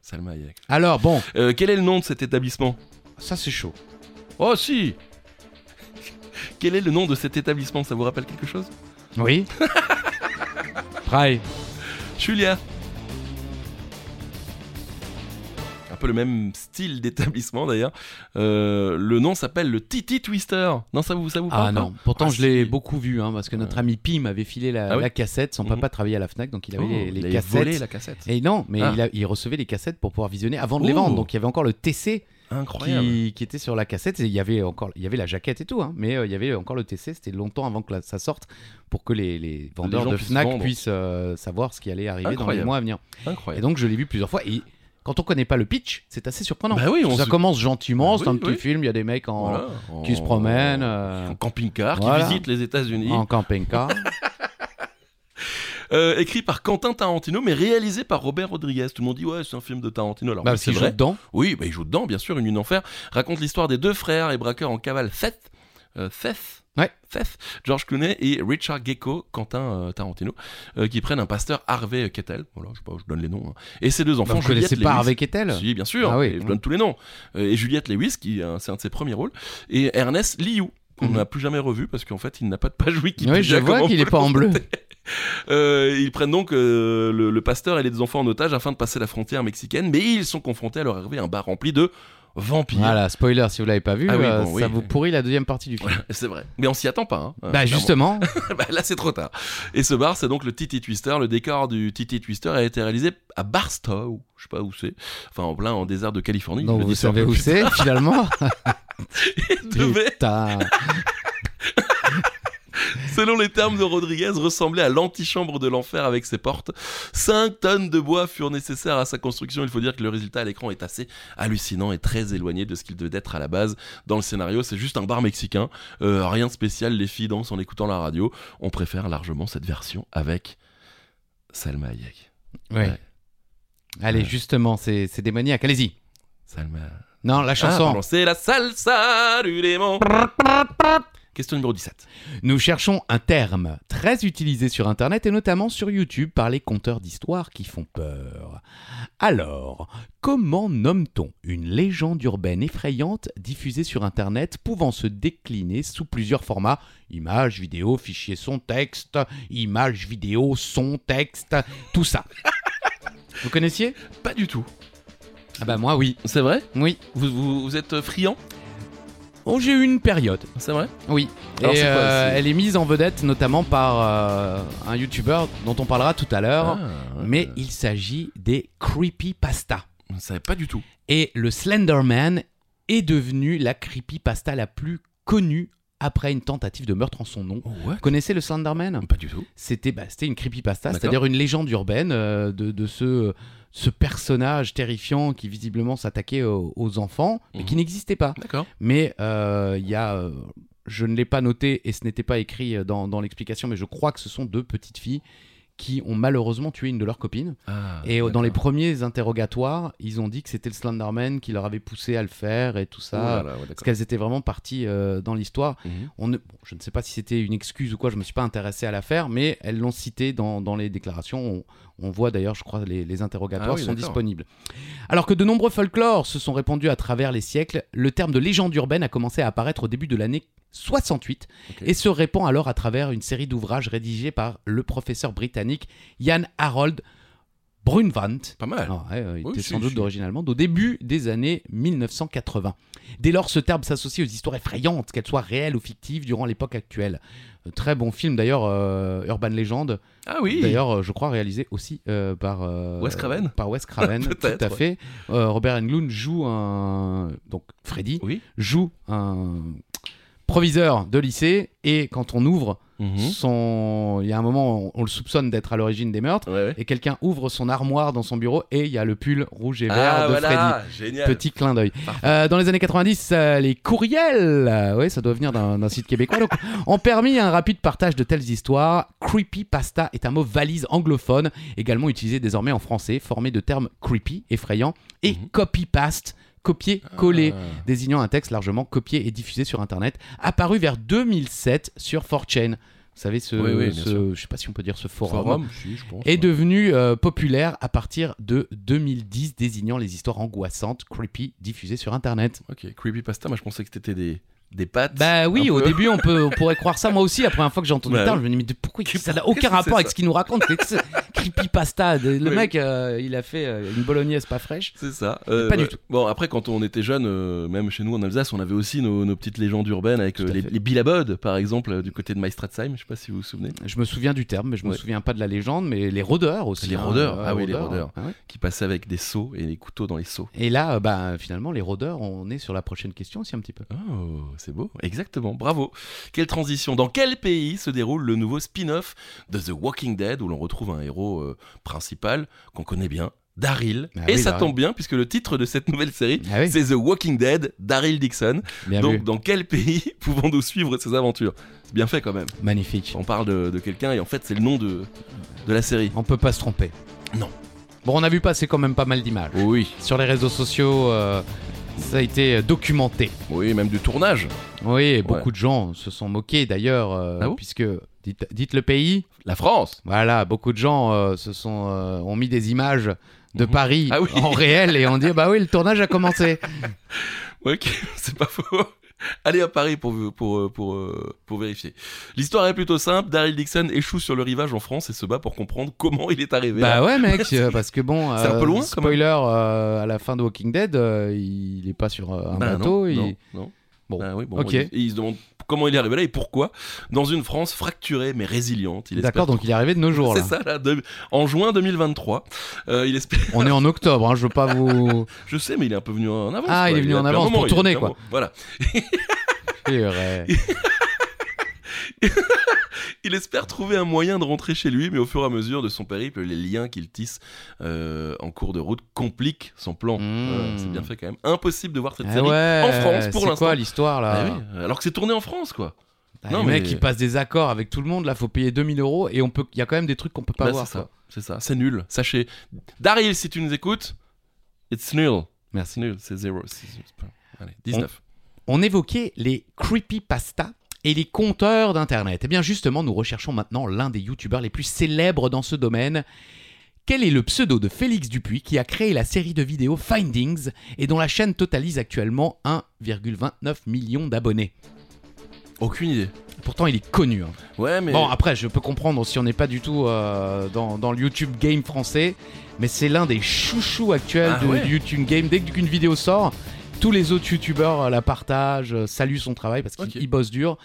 Speaker 1: Salma Hayek.
Speaker 3: Mm. Alors bon,
Speaker 1: Euh, quel est le nom de cet établissement
Speaker 3: ça c'est chaud.
Speaker 1: Oh si [LAUGHS] Quel est le nom de cet établissement Ça vous rappelle quelque chose [LAUGHS]
Speaker 3: Oui. Praille.
Speaker 1: Julia Un peu le même style d'établissement d'ailleurs. Euh, le nom s'appelle le Titi Twister. Non, ça vous, ça vous parle
Speaker 3: Ah
Speaker 1: pas
Speaker 3: non, pourtant
Speaker 1: Ah,
Speaker 3: je l'ai
Speaker 1: si.
Speaker 3: beaucoup vu, hein, parce que notre ami Pi m'avait filé la,
Speaker 1: Ah oui
Speaker 3: la cassette. Son
Speaker 1: Mhm.
Speaker 3: papa travaillait à la Fnac, donc il avait
Speaker 1: Oh,
Speaker 3: les, les
Speaker 1: il avait
Speaker 3: cassettes.
Speaker 1: volé la cassette.
Speaker 3: Et non, mais
Speaker 1: Ah.
Speaker 3: il, a- il recevait les cassettes pour pouvoir visionner avant de les
Speaker 1: Ouh.
Speaker 3: vendre. Donc il y avait encore le TC
Speaker 1: Incroyable.
Speaker 3: qui, qui était sur la cassette. Et il y avait encore, il y avait la jaquette et tout, hein, mais euh, il y avait encore le TC. C'était longtemps avant que la- ça sorte pour que les, les vendeurs
Speaker 1: Ah, gens
Speaker 3: de
Speaker 1: puissent
Speaker 3: Fnac
Speaker 1: vendre.
Speaker 3: puissent euh, savoir ce qui allait arriver dans les
Speaker 1: Incroyable.
Speaker 3: mois à venir. Et
Speaker 1: Incroyable.
Speaker 3: donc je l'ai vu plusieurs fois. Et quand on connaît pas le pitch, c'est assez surprenant.
Speaker 1: Bah oui, on
Speaker 3: ça
Speaker 1: se-
Speaker 3: commence gentiment,
Speaker 1: Bah
Speaker 3: c'est
Speaker 1: oui,
Speaker 3: un petit
Speaker 1: oui.
Speaker 3: film. Il y a des mecs en
Speaker 1: Voilà.
Speaker 3: qui
Speaker 1: En-
Speaker 3: se promènent euh,
Speaker 1: En camping-car,
Speaker 3: Voilà.
Speaker 1: qui visite les États-Unis.
Speaker 3: en
Speaker 1: [LAUGHS]
Speaker 3: camping-car.
Speaker 1: Bah, Euh, écrit par Quentin Tarantino, mais réalisé par Robert Rodriguez. Tout le monde dit ouais, c'est un film de Tarantino. Alors
Speaker 3: bah,
Speaker 1: oui,
Speaker 3: si
Speaker 1: c'est
Speaker 3: je
Speaker 1: vrai.
Speaker 3: dedans.
Speaker 1: Oui, bah, il joue dedans, bien sûr, Une Nuit d'Enfer. Raconte l'histoire des deux frères et braqueurs en cavale Seth. euh, Seth
Speaker 3: Ouais.
Speaker 1: Seth, George Clooney et Richard Gecko, Quentin euh, Tarantino, euh, qui prennent un pasteur Harvey Kettel, voilà, je, sais pas, je donne les noms, hein. et ses deux enfants.
Speaker 3: Bah, vous connaissez
Speaker 1: Juliette
Speaker 3: pas
Speaker 1: Lewis-
Speaker 3: Harvey Kettel
Speaker 1: Si, bien sûr,
Speaker 3: Ah oui.
Speaker 1: et je donne tous les noms. Euh, et Juliette Lewis, qui euh, c'est un de ses premiers rôles, et Ernest Liu, qu'on
Speaker 3: Mhm.
Speaker 1: n'a plus jamais revu parce qu'en fait il n'a pas de page wiki.
Speaker 3: Oui, je
Speaker 1: déjà,
Speaker 3: vois
Speaker 1: comment
Speaker 3: qu'il
Speaker 1: on
Speaker 3: est
Speaker 1: peut
Speaker 3: pas en bleu.
Speaker 1: euh, ils prennent donc euh, le, le pasteur et les deux enfants en otage afin de passer la frontière mexicaine, mais ils sont confrontés à leur arrivée à un bar rempli de vampires.
Speaker 3: Voilà, spoiler si vous l'avez pas vu,
Speaker 1: Ah oui,
Speaker 3: euh,
Speaker 1: bon,
Speaker 3: ça
Speaker 1: oui.
Speaker 3: vous pourrit la deuxième partie du film.
Speaker 1: [LAUGHS] C'est vrai. Mais on s'y attend pas. hein. Euh,
Speaker 3: bah
Speaker 1: clairement.
Speaker 3: justement,
Speaker 1: [LAUGHS] Bah, là, c'est trop tard. Et ce bar, c'est donc le Titi Twister. Le décor du Titi Twister a été réalisé à Barstow. Je sais pas où c'est. Enfin, en plein en désert de Californie.
Speaker 3: donc
Speaker 1: Je
Speaker 3: vous
Speaker 1: dis ça un
Speaker 3: savez
Speaker 1: peu
Speaker 3: où
Speaker 1: plus [LAUGHS]
Speaker 3: c'est finalement.
Speaker 1: tard.
Speaker 3: [LAUGHS]
Speaker 1: [LAUGHS] Devait,
Speaker 3: Putain.
Speaker 1: selon les termes de Rodriguez, ressembler à l'antichambre de l'enfer avec ses portes. 5 tonnes de bois furent nécessaires à sa construction. Il faut dire que le résultat à l'écran est assez hallucinant et très éloigné de ce qu'il devait être à la base dans le scénario. C'est juste un bar mexicain. Euh, rien de spécial, les filles dansent en écoutant la radio. On préfère largement cette version avec Salma Hayek.
Speaker 3: Ouais.
Speaker 1: Ouais.
Speaker 3: Allez,
Speaker 1: Ouais.
Speaker 3: justement, c'est c'est démoniaque. Allez-y.
Speaker 1: Salma.
Speaker 3: Non, la
Speaker 1: Ah,
Speaker 3: chanson.
Speaker 1: pardon, c'est la salsa du démon. Question numéro 17.
Speaker 3: Nous cherchons un terme très utilisé sur Internet et notamment sur YouTube par les conteurs d'histoires qui font peur. Alors, comment nomme-t-on une légende urbaine effrayante diffusée sur Internet pouvant se décliner sous plusieurs formats Images, vidéos, fichiers, son, texte, images, vidéos, son, texte, tout ça. Vous connaissiez
Speaker 1: Pas du tout.
Speaker 3: Ah bah moi oui.
Speaker 1: C'est vrai
Speaker 3: Oui.
Speaker 1: vous, vous, vous êtes friand
Speaker 3: Oh, j'ai eu une période.
Speaker 1: C'est vrai
Speaker 3: Oui.
Speaker 1: Alors,
Speaker 3: et
Speaker 1: c'est quoi,
Speaker 3: euh,
Speaker 1: c'est-
Speaker 3: elle est mise en vedette notamment par euh, un youtubeur dont on parlera tout à l'heure.
Speaker 1: Ah,
Speaker 3: Mais il s'agit des creepypasta.
Speaker 1: Je ne savais pas du tout.
Speaker 3: Et le Slenderman est devenu la creepypasta la plus connue après une tentative de meurtre en son nom.
Speaker 1: Oh, what
Speaker 3: Vous connaissez le Slenderman
Speaker 1: Pas du tout.
Speaker 3: C'était bah, c'était une creepypasta,
Speaker 1: D'accord.
Speaker 3: c'est-à-dire une légende urbaine euh, de, de ce, ce personnage terrifiant qui visiblement s'attaquait aux, aux enfants, mais qui
Speaker 1: Mhm.
Speaker 3: n'existait pas.
Speaker 1: D'accord.
Speaker 3: Mais euh, il y a, euh, je ne l'ai pas noté et ce n'était pas écrit euh, dans, dans l'explication, mais je crois que ce sont deux petites filles qui ont malheureusement tué une de leurs copines.
Speaker 1: Ah,
Speaker 3: et euh, dans les
Speaker 1: d'accord.
Speaker 3: premiers interrogatoires, ils ont dit que c'était le Slenderman qui leur avait poussé à le faire et tout ça.
Speaker 1: Oh là là, ouais,
Speaker 3: Parce
Speaker 1: d'accord.
Speaker 3: qu'elles étaient vraiment parties euh, dans l'histoire.
Speaker 1: Mhm.
Speaker 3: On ne- bon, je ne sais pas si c'était une excuse ou quoi, je ne me suis pas intéressé à l'affaire, mais elles l'ont cité dans, dans les déclarations. On, on voit d'ailleurs, je crois, les, les interrogatoires
Speaker 1: Ah oui,
Speaker 3: sont
Speaker 1: d'accord.
Speaker 3: disponibles. Alors que de nombreux folklores se sont répandus à travers les siècles, le terme de légende urbaine a commencé à apparaître au début de l'année 68
Speaker 1: Ok.
Speaker 3: et se répand alors à travers une série d'ouvrages rédigés par le professeur britannique Jan Harold Brunvant.
Speaker 1: Pas mal.
Speaker 3: Ah ouais, euh, il
Speaker 1: Oui,
Speaker 3: était
Speaker 1: si,
Speaker 3: sans doute
Speaker 1: si.
Speaker 3: d'origine allemande au début des années 1980. Dès lors, ce terme s'associe aux histoires effrayantes, qu'elles soient réelles ou fictives, durant l'époque actuelle. Euh, très bon film d'ailleurs, euh, Urban Legend.
Speaker 1: Ah oui.
Speaker 3: D'ailleurs, euh, je crois réalisé aussi euh, par euh,
Speaker 1: Wes Craven
Speaker 3: Par Wes Craven, tout
Speaker 1: [LAUGHS] Peut-être,
Speaker 3: à
Speaker 1: ouais.
Speaker 3: fait. Euh, Robert Englund joue un donc Freddy
Speaker 1: Oui.
Speaker 3: joue un proviseur de lycée et quand on ouvre
Speaker 1: Mhm.
Speaker 3: son, il y a un moment on- on le soupçonne d'être à l'origine des meurtres
Speaker 1: Ouais, ouais.
Speaker 3: et quelqu'un ouvre son armoire dans son bureau et il y a le pull rouge et vert
Speaker 1: Ah
Speaker 3: de Freddy.
Speaker 1: voilà, génial.
Speaker 3: Petit clin d'œil.
Speaker 1: Parfait.
Speaker 3: Euh, dans les années 90, euh, les courriels, euh, ouais, ça doit venir d'un d'un site québécois,
Speaker 1: [LAUGHS]
Speaker 3: donc, ont permis un rapide partage de telles histoires. Creepypasta est un mot valise anglophone, également utilisé désormais en français, formé de termes creepy, effrayant, et
Speaker 1: Mhm. Ah.
Speaker 3: copy-paste, copier-coller, désignant un texte largement copié et diffusé sur Internet, apparu vers 2007 sur 4chan. Vous savez, ce,
Speaker 1: Oui, oui, bien
Speaker 3: ce-
Speaker 1: sûr.
Speaker 3: je sais pas si on peut dire ce
Speaker 1: Ah,
Speaker 3: forum
Speaker 1: forum, si, je pense.
Speaker 3: est devenu euh, populaire à partir de 2010, désignant les histoires angoissantes, creepy, diffusées sur Internet.
Speaker 1: Ok, creepypasta, moi je pensais que c'était des, des pâtes.
Speaker 3: Bah oui,
Speaker 1: Un
Speaker 3: au
Speaker 1: peu.
Speaker 3: début, on, peut, on pourrait croire ça. Moi aussi, la première fois que j'ai entendu
Speaker 1: Ouais.
Speaker 3: le terme, je me dis, mais de- pourquoi il-
Speaker 1: Qu'est-ce
Speaker 3: ça n'a
Speaker 1: que c'est
Speaker 3: aucun rapport avec
Speaker 1: ça
Speaker 3: ce qu'il nous raconte Qu'est-ce que c'est Creepypasta. de- Le
Speaker 1: Oui.
Speaker 3: mec, euh, il a fait euh, une bolognaise pas fraîche.
Speaker 1: C'est ça. Euh,
Speaker 3: Pas du
Speaker 1: ouais.
Speaker 3: tout.
Speaker 1: Bon, après, quand on était jeune, euh, même chez nous en Alsace, on avait aussi nos, nos petites légendes urbaines avec euh,
Speaker 3: Tout à
Speaker 1: les,
Speaker 3: fait.
Speaker 1: les bilabodes, par exemple, euh, du côté de Maestratzheim. Je sais pas si vous vous souvenez.
Speaker 3: Je me souviens du terme, mais je me
Speaker 1: Ouais.
Speaker 3: souviens pas de la légende, mais les rôdeurs aussi.
Speaker 1: Les
Speaker 3: hein,
Speaker 1: rôdeurs,
Speaker 3: euh,
Speaker 1: ah oui, les rôdeurs.
Speaker 3: Ah ouais.
Speaker 1: Qui passaient avec des seaux et des couteaux dans les seaux.
Speaker 3: Et là, euh, bah, finalement, les rôdeurs, on est sur la prochaine question aussi un petit peu.
Speaker 1: Oh, c'est beau. Exactement. Bravo. Quelle transition. Dans quel pays se déroule le nouveau spin-off de The Walking Dead où l'on retrouve un héros euh, principal qu'on connaît bien, Daryl.
Speaker 3: Ah
Speaker 1: et
Speaker 3: oui,
Speaker 1: ça
Speaker 3: Daryl.
Speaker 1: tombe bien puisque le titre de cette nouvelle [LAUGHS] série,
Speaker 3: Ah
Speaker 1: [LAUGHS]
Speaker 3: oui,
Speaker 1: c'est The Walking Dead, Daryl Dixon.
Speaker 3: bien
Speaker 1: Donc,
Speaker 3: vu.
Speaker 1: dans quel pays [LAUGHS] pouvons-nous suivre ces aventures C'est bien fait quand même.
Speaker 3: Magnifique.
Speaker 1: On parle de, de quelqu'un et en fait, c'est le nom de, de la série.
Speaker 3: On peut pas se tromper.
Speaker 1: Non.
Speaker 3: Bon, on a vu passer quand même pas mal d'images.
Speaker 1: Oui,
Speaker 3: Sur les réseaux sociaux, euh, ça a été documenté.
Speaker 1: oui, même du tournage.
Speaker 3: Oui, et beaucoup de gens se sont moqués d'ailleurs, euh,
Speaker 1: Ah bon
Speaker 3: puisque dites, dites le pays.
Speaker 1: La France
Speaker 3: Voilà, beaucoup de gens euh, se sont euh, ont mis des images de
Speaker 1: Mhm.
Speaker 3: Paris
Speaker 1: Ah oui.
Speaker 3: en réel et ont dit bah oui, le tournage
Speaker 1: [LAUGHS]
Speaker 3: a commencé.
Speaker 1: Ok, [LAUGHS] c'est pas faux. Allez à Paris pour, pour, pour, euh, pour vérifier. L'histoire est plutôt simple. Daryl Dixon échoue sur le rivage en France et se bat pour comprendre comment il est arrivé. là.
Speaker 3: bah ouais, mec, euh, parce que bon,
Speaker 1: C'est un
Speaker 3: euh,
Speaker 1: peu loin, quand même.
Speaker 3: spoiler euh, à la fin de Walking Dead, euh, il est pas sur euh, un
Speaker 1: Bah non,
Speaker 3: bateau. il-
Speaker 1: non, non.
Speaker 3: Bon,
Speaker 1: Bah oui, bon,
Speaker 3: ok.
Speaker 1: il- il se demande comment il est arrivé là et pourquoi. Dans une France fracturée mais résiliente. Il espère
Speaker 3: D'accord, donc il est arrivé de nos jours
Speaker 1: [LAUGHS]
Speaker 3: là.
Speaker 1: C'est ça, là, de- en juin 2023. Euh, il espère...
Speaker 3: On est en octobre, hein, je veux pas vous. [LAUGHS]
Speaker 1: Je sais, mais il est un peu venu en avance.
Speaker 3: Ah, il
Speaker 1: quoi.
Speaker 3: est venu
Speaker 1: a
Speaker 3: en
Speaker 1: depuis un
Speaker 3: avance
Speaker 1: moment,
Speaker 3: pour
Speaker 1: il a
Speaker 3: tourner,
Speaker 1: depuis un
Speaker 3: quoi.
Speaker 1: moment. Voilà.
Speaker 3: Ouais.
Speaker 1: Il espère trouver un moyen de rentrer chez lui, mais au fur et à mesure de son périple, les liens qu'il tisse euh, en cours de route compliquent son plan.
Speaker 3: Mmh.
Speaker 1: Voilà, c'est bien fait quand même. Impossible de voir cette
Speaker 3: Ah
Speaker 1: série.
Speaker 3: ouais,
Speaker 1: en France, pour
Speaker 3: C'est
Speaker 1: l'instant.
Speaker 3: quoi l'histoire là
Speaker 1: Ah oui, alors que c'est tourné en France, quoi.
Speaker 3: Ah,
Speaker 1: Non,
Speaker 3: Les
Speaker 1: mais-
Speaker 3: mecs qui passent des accords avec tout le monde, là faut payer 2000 euros et on peut, il y a quand même des trucs qu'on peut pas
Speaker 1: Bah,
Speaker 3: voir.
Speaker 1: c'est ça.
Speaker 3: quoi.
Speaker 1: C'est ça. C'est nul. Sachez. Daryl, si tu nous écoutes, it's nul. C'est
Speaker 3: Merci.
Speaker 1: nul. C'est zéro. C'est- c'est pas- Allez, 19.
Speaker 3: On évoquait les creepypasta et les compteurs d'internet. Et bien justement, nous recherchons maintenant l'un des youtubeurs les plus célèbres dans ce domaine. Quel est le pseudo de Félix Dupuis qui a créé la série de vidéos Findings et dont la chaîne totalise actuellement 1,29 million d'abonnés
Speaker 1: Aucune idée.
Speaker 3: Pourtant, il est connu. hein.
Speaker 1: Ouais, mais.
Speaker 3: Bon, après, je peux comprendre si on n'est pas du tout euh, dans, dans le YouTube game français, mais c'est l'un des chouchous actuels
Speaker 1: Ah
Speaker 3: de
Speaker 1: ouais.
Speaker 3: YouTube game. Dès qu'une vidéo sort, tous les autres youtubeurs euh, la partagent, euh, saluent son travail parce qu'il
Speaker 1: Ok.
Speaker 3: il bosse dur.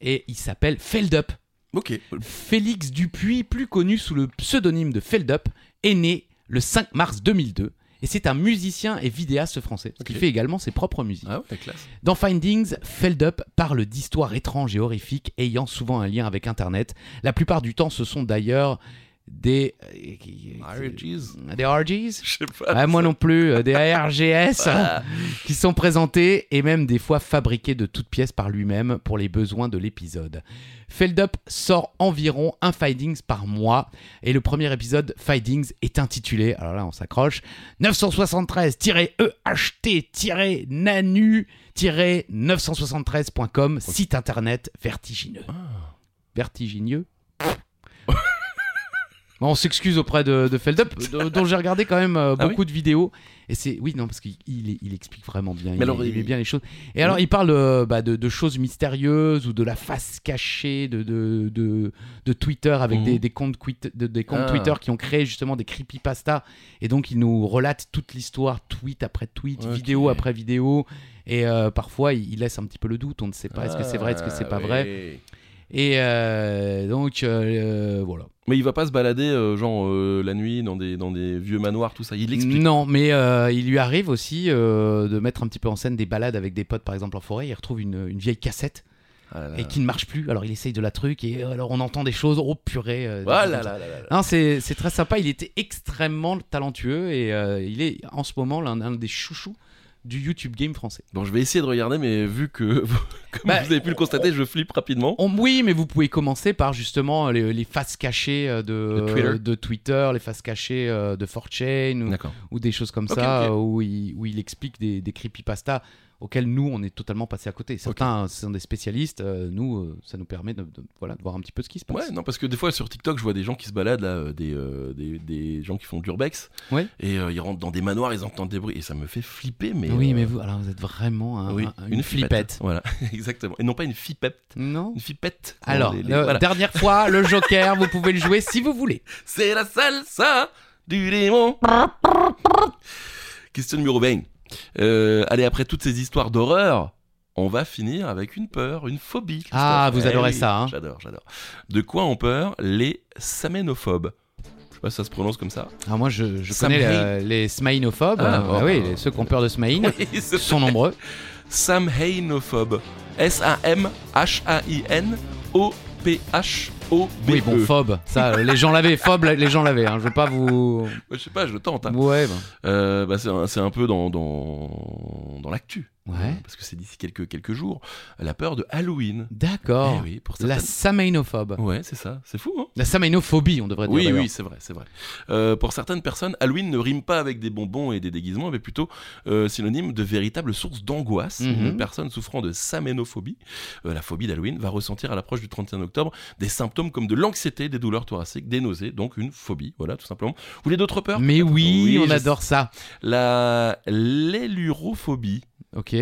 Speaker 3: Et il s'appelle Feldup.
Speaker 1: Ok.
Speaker 3: Félix Dupuis, plus connu sous le pseudonyme de Feldup, est né le 5 mars 2002. Et c'est un musicien et vidéaste français qui
Speaker 1: Ok.
Speaker 3: fait également ses propres musiques.
Speaker 1: Ah ouais, classe.
Speaker 3: Dans Findings, Feldup parle d'histoires étranges et horrifiques ayant souvent un lien avec Internet. La plupart du temps, ce sont d'ailleurs des... euh, qui-
Speaker 1: RGs.
Speaker 3: Des RGs
Speaker 1: Je sais pas.
Speaker 3: Ouais, moi non plus, euh, des ARGS qui sont présentés et même des fois fabriqués de toutes pièces par lui-même pour les besoins de l'épisode. Feldup sort environ un Findings par mois et le premier épisode Findings est intitulé, alors là on s'accroche, E 973-EHT-NANU-973.com, site internet vertigineux. Vertigineux [LAUGHS] Bon, on s'excuse auprès de, de Feldup,
Speaker 1: [LAUGHS]
Speaker 3: do- dont j'ai regardé quand même euh,
Speaker 1: Ah oui
Speaker 3: beaucoup de vidéos. Et c'est oui, non, parce qu'il il, il explique vraiment bien. il,
Speaker 1: alors,
Speaker 3: il met
Speaker 1: il-
Speaker 3: bien les choses. Et alors, il parle euh, bah, de, de choses mystérieuses ou de la face cachée de, de, de, de Twitter avec
Speaker 1: Mhm.
Speaker 3: des, des comptes, quit- de- des comptes
Speaker 1: Ah.
Speaker 3: Twitter qui ont créé justement des creepypasta. Et donc, il nous relate toute l'histoire, tweet après tweet,
Speaker 1: Ok.
Speaker 3: vidéo après vidéo. Et euh, parfois, il, il laisse un petit peu le doute. On ne sait pas est-ce que c'est vrai, est-ce que
Speaker 1: Ah
Speaker 3: c'est pas vrai. Et euh, donc, euh, voilà.
Speaker 1: Mais il va pas se balader, euh, genre, euh, la nuit, dans des, dans des vieux manoirs, tout ça. Il explique.
Speaker 3: Non, mais euh, il lui arrive aussi euh, de mettre un petit peu en scène des balades avec des potes, par exemple en forêt. Il retrouve une, une vieille cassette
Speaker 1: Ah là là.
Speaker 3: et qui ne marche plus. Alors il essaye de la truc et euh, alors on entend des choses. Oh purée. euh, des
Speaker 1: Ah
Speaker 3: choses
Speaker 1: là
Speaker 3: comme ça.
Speaker 1: là là là là.
Speaker 3: Non, c'est c'est très sympa. Il était extrêmement talentueux et euh, il est en ce moment l'un un des chouchous du YouTube game français.
Speaker 1: Bon, je vais essayer de regarder, mais vu que, [LAUGHS] comme
Speaker 3: Bah,
Speaker 1: vous avez pu le constater, je flippe rapidement.
Speaker 3: On- oui, mais vous pouvez commencer par justement les, les faces cachées euh, de,
Speaker 1: De Twitter.
Speaker 3: de Twitter, les faces cachées euh, de 4chan ou,
Speaker 1: D'accord.
Speaker 3: ou des choses comme
Speaker 1: Ok,
Speaker 3: ça,
Speaker 1: ok.
Speaker 3: euh, Où, il, où il explique des, des creepypastas auxquels nous, on est totalement passé à côté. Certains euh, sont des spécialistes, euh, nous, euh, ça nous permet de, de- voilà, de voir un petit peu ce qui se passe.
Speaker 1: Ouais, non, parce que des fois sur TikTok, je vois des gens qui se baladent, là, euh, des, euh, des, des gens qui font d'urbex.
Speaker 3: Ouais.
Speaker 1: Et euh, ils rentrent dans des manoirs, ils entendent des bruits. Et ça me fait flipper, mais.
Speaker 3: oui,
Speaker 1: euh,
Speaker 3: mais vous, alors vous êtes vraiment un-
Speaker 1: oui,
Speaker 3: un- une, flippette.
Speaker 1: Voilà, [LAUGHS] exactement. Et non pas une flippette.
Speaker 3: Non
Speaker 1: Une flippette.
Speaker 3: alors,
Speaker 1: Les- les-
Speaker 3: euh,
Speaker 1: voilà.
Speaker 3: dernière fois, le Joker, vous pouvez le jouer si vous voulez.
Speaker 1: C'est la salsa du démon. Question numéro 20. Euh, allez, après toutes ces histoires d'horreur, on va finir avec une peur, une phobie. Christophe.
Speaker 3: Ah, vous
Speaker 1: Eh
Speaker 3: adorez
Speaker 1: oui,
Speaker 3: ça, hein.
Speaker 1: J'adore, j'adore. De quoi ont peur les saménophobes Je sais pas si ça se prononce comme ça.
Speaker 3: Alors moi, je, je
Speaker 1: Ça
Speaker 3: connais
Speaker 1: me
Speaker 3: la- les smaïnophobes.
Speaker 1: Ah,
Speaker 3: Ah,
Speaker 1: bon,
Speaker 3: oui,
Speaker 1: bah,
Speaker 3: les- ceux qui ont peur de smaïn
Speaker 1: [LAUGHS] Oui, c'est [LAUGHS]
Speaker 3: sont nombreux.
Speaker 1: Samhainophobe. S-A-M-H-A-I-N-O-P-H-O-B.
Speaker 3: Oui, bon, phobe. Ça, euh, les gens l'avaient. Phobe, les gens l'avaient. Hein. Je veux pas vous.
Speaker 1: Je sais pas, je tente. hein.
Speaker 3: Ouais, bah.
Speaker 1: Euh, bah, c'est un, c'est un peu dans, dans, dans l'actu.
Speaker 3: Ouais.
Speaker 1: Hein, Parce que c'est d'ici quelques, quelques jours. La peur de Halloween.
Speaker 3: D'accord.
Speaker 1: Eh oui, pour
Speaker 3: Oh, la
Speaker 1: certaines-
Speaker 3: samaïnophobe.
Speaker 1: Ouais, c'est ça. C'est fou, hein
Speaker 3: La samainophobie, on devrait dire.
Speaker 1: Oui,
Speaker 3: d'ailleurs.
Speaker 1: oui, c'est vrai, c'est vrai. Euh, pour certaines personnes, Halloween ne rime pas avec des bonbons et des déguisements, mais plutôt euh, synonyme de véritable source d'angoisse.
Speaker 3: Mhm.
Speaker 1: Une personne souffrant de saménophobie, euh, la phobie d'Halloween, va ressentir à l'approche du 31 octobre des symptômes comme de l'anxiété, des douleurs thoraciques, des nausées, donc une phobie, voilà, tout simplement. Vous voulez d'autres peurs
Speaker 3: Mais oui,
Speaker 1: Oui,
Speaker 3: on
Speaker 1: je-
Speaker 3: adore ça.
Speaker 1: La l'élurophobie,
Speaker 3: Ok.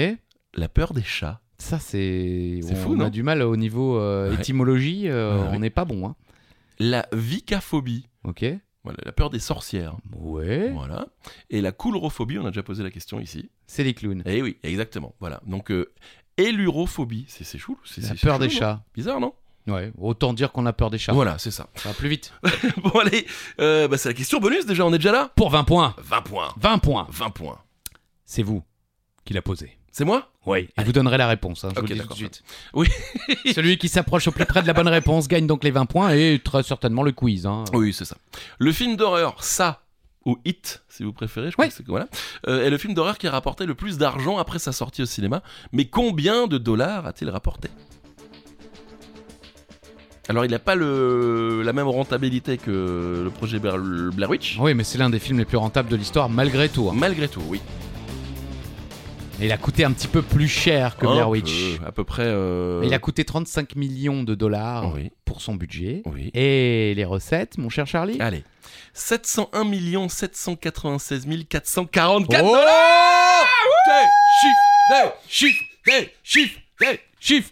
Speaker 1: la peur des chats.
Speaker 3: Ça, c'est.
Speaker 1: C'est
Speaker 3: On,
Speaker 1: fou,
Speaker 3: on a
Speaker 1: non
Speaker 3: du mal au niveau euh,
Speaker 1: Ouais.
Speaker 3: étymologie. euh,
Speaker 1: Ouais, ouais.
Speaker 3: On n'est pas bon. Hein.
Speaker 1: La vicaphobie,
Speaker 3: Ok.
Speaker 1: voilà, la peur des sorcières.
Speaker 3: Ouais.
Speaker 1: Voilà. Et la coulrophobie, on a déjà posé la question ici.
Speaker 3: C'est les clowns.
Speaker 1: Eh oui, exactement. Voilà. Donc, euh, élurophobie, c'est c'est chou. c'est-
Speaker 3: La
Speaker 1: c'est-
Speaker 3: peur
Speaker 1: c'est
Speaker 3: des
Speaker 1: chelou, non
Speaker 3: chats. Ah.
Speaker 1: Bizarre, non
Speaker 3: Ouais. Autant dire qu'on a peur des chats.
Speaker 1: Voilà, c'est ça. [LAUGHS]
Speaker 3: Ça va plus vite.
Speaker 1: bon, allez, euh, bah, c'est la question bonus déjà, on est déjà là
Speaker 3: Pour 20 points.
Speaker 1: 20 points.
Speaker 3: 20 points.
Speaker 1: 20 points.
Speaker 3: C'est vous qui l'a posé.
Speaker 1: C'est moi
Speaker 3: Oui. Et vous donnerez la réponse. hein, je
Speaker 1: Ok,
Speaker 3: vous le dis tout de
Speaker 1: d'accord.
Speaker 3: suite.
Speaker 1: Oui. [LAUGHS]
Speaker 3: [LAUGHS] Celui qui s'approche au plus près de la bonne réponse gagne donc les 20 points et très certainement le quiz. hein.
Speaker 1: Oui, c'est ça. Le film d'horreur, ça ou Hit, si vous préférez, je crois
Speaker 3: Oui.
Speaker 1: que c'est voilà, euh, est le film d'horreur qui a rapporté le plus d'argent après sa sortie au cinéma. Mais combien de dollars a-t-il rapporté Alors, il n'a pas le, la même rentabilité que le projet Blair Blair Witch.
Speaker 3: Oui, mais c'est l'un des films les plus rentables de l'histoire malgré tout. hein.
Speaker 1: Malgré tout, oui.
Speaker 3: Et il a coûté un petit peu plus cher que
Speaker 1: Un
Speaker 3: Blair Witch.
Speaker 1: peu, à peu près. euh,
Speaker 3: Il a coûté 35 millions de dollars
Speaker 1: Oui,
Speaker 3: pour son budget.
Speaker 1: oui.
Speaker 3: Et les recettes, mon cher Charlie
Speaker 1: Allez. 701 796 444
Speaker 3: Oh
Speaker 1: dollars Des chiffres, [LAUGHS] des chiffres, des chiffres, des chiffres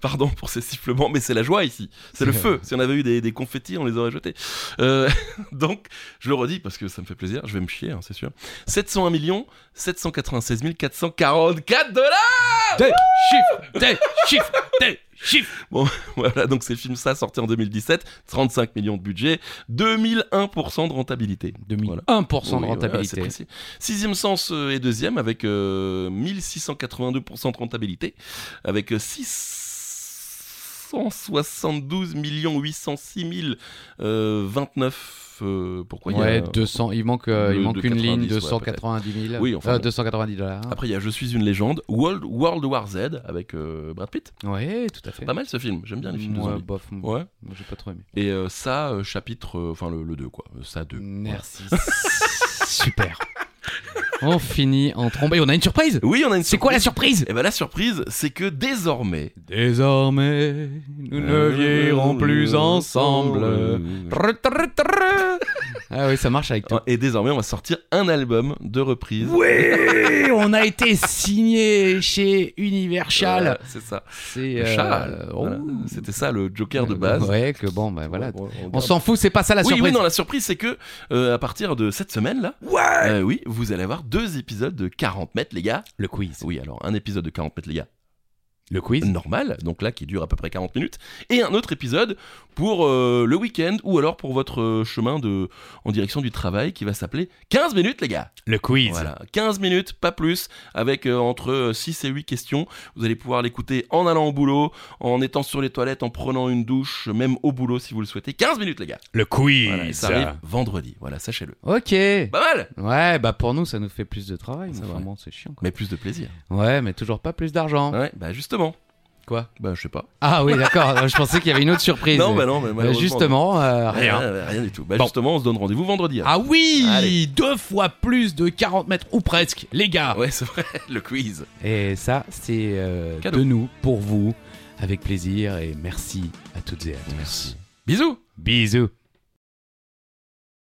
Speaker 1: Pardon pour ces sifflements, mais c'est la joie ici. C'est le feu. Si on avait eu des, des confettis, on les aurait jetés. Euh, [LAUGHS] donc, je le redis parce que ça me fait plaisir. Je vais me chier, hein, c'est sûr. 701 millions 796 444 dollars [LAUGHS]
Speaker 3: Des chiffres, des chiffres, des chiffres.
Speaker 1: Voilà, donc ces films, ça, sorti en 2017, 35 millions de budget, 2001% de rentabilité.
Speaker 3: 2000,
Speaker 1: Voilà.
Speaker 3: 1%
Speaker 1: Oui,
Speaker 3: de
Speaker 1: voilà, c'est
Speaker 3: rentabilité.
Speaker 1: précis. Sixième sens euh, est deuxième avec euh, 1682% de rentabilité, avec euh, 672 806 000, euh, 29. euh, pourquoi il y a-
Speaker 3: ouais, 200, il manque, euh, il
Speaker 1: Le
Speaker 3: manque
Speaker 1: de
Speaker 3: une
Speaker 1: 90,
Speaker 3: ligne de
Speaker 1: ouais,
Speaker 3: 190 000.
Speaker 1: Oui, enfin
Speaker 3: euh,
Speaker 1: bon. Ah,
Speaker 3: 290 dollars.
Speaker 1: Après, il y a Je suis une légende, World, World War Z avec euh, Brad Pitt.
Speaker 3: Ouais, tout à fait.
Speaker 1: Pas mal ce film, j'aime bien les films de
Speaker 3: Moi,
Speaker 1: zombies.
Speaker 3: bof, moi,
Speaker 1: Ouais.
Speaker 3: moi, j'ai pas trop aimé.
Speaker 1: Et euh, ça, euh, chapitre, euh, enfin le, 2, quoi. Euh, Ça 2.
Speaker 3: Merci. [LAUGHS] Super. On finit en trombée. On a une surprise
Speaker 1: Oui, on a une
Speaker 3: C'est quoi la surprise
Speaker 1: Et ben la surprise, c'est que désormais.
Speaker 3: Désormais, nous
Speaker 1: Euh,
Speaker 3: ne vieillirons plus ensemble. Tru, tru, tru. Ah oui, ça marche avec toi.
Speaker 1: euh. Et désormais, on va sortir un album de Euh, reprises.
Speaker 3: Oui, on a été signé chez Universal.
Speaker 1: Voilà, c'est ça.
Speaker 3: C'est euh,
Speaker 1: Charles.
Speaker 3: oh. Euh,
Speaker 1: Voilà. C'était ça le Joker de base.
Speaker 3: Ouais, que bon, bah voilà.
Speaker 1: Ouais, on-
Speaker 3: On s'en fout, c'est pas ça la
Speaker 1: oui,
Speaker 3: surprise.
Speaker 1: oui, non, la surprise, c'est que euh, à partir de cette semaine là, euh, oui, vous allez avoir deux épisodes de 40 mètres, les gars.
Speaker 3: Le quiz.
Speaker 1: Oui, alors un épisode de 40 mètres, les gars,
Speaker 3: Le quiz.
Speaker 1: normal, donc là qui dure à peu près 40 minutes, et un autre épisode pour euh, le week-end ou alors pour votre euh, chemin de en direction du travail qui va s'appeler 15 minutes, les gars.
Speaker 3: Le quiz.
Speaker 1: Voilà, 15 minutes, pas plus, avec euh, entre euh, 6 et 8 questions. Vous allez pouvoir l'écouter en allant au boulot, en étant sur les toilettes, en prenant une douche, même au boulot si vous le souhaitez. 15 minutes, les gars.
Speaker 2: Le quiz.
Speaker 1: Voilà, et ça arrive vendredi, voilà, sachez-le.
Speaker 3: Ok.
Speaker 1: Pas mal,
Speaker 3: Ouais, bah pour nous, ça nous fait plus de travail.
Speaker 1: C'est
Speaker 3: mais
Speaker 1: vrai.
Speaker 3: vraiment, c'est chiant. Quoi.
Speaker 1: mais plus de plaisir.
Speaker 3: Ouais, mais toujours pas plus d'argent.
Speaker 1: Ouais, bah justement.
Speaker 3: Ah. Quoi
Speaker 1: Bah je sais pas.
Speaker 3: Ah oui, d'accord. Je pensais qu'il y avait une autre surprise.
Speaker 1: Non, bah non, mais
Speaker 3: Euh,
Speaker 1: malheureusement,
Speaker 3: justement, euh,
Speaker 1: non.
Speaker 3: rien.
Speaker 1: Ouais, ouais, rien du tout. Bah
Speaker 3: Bon.
Speaker 1: justement, on se donne rendez-vous vendredi. alors.
Speaker 3: Ah oui
Speaker 1: Allez.
Speaker 3: Deux fois plus de 40 mètres, ou presque, les gars
Speaker 1: Ouais, c'est vrai, [LAUGHS] le quiz.
Speaker 3: Et ça, c'est euh,
Speaker 1: Cadeau.
Speaker 3: de nous, pour vous, avec plaisir, et merci à toutes et à tous.
Speaker 1: Bisous
Speaker 3: Bisous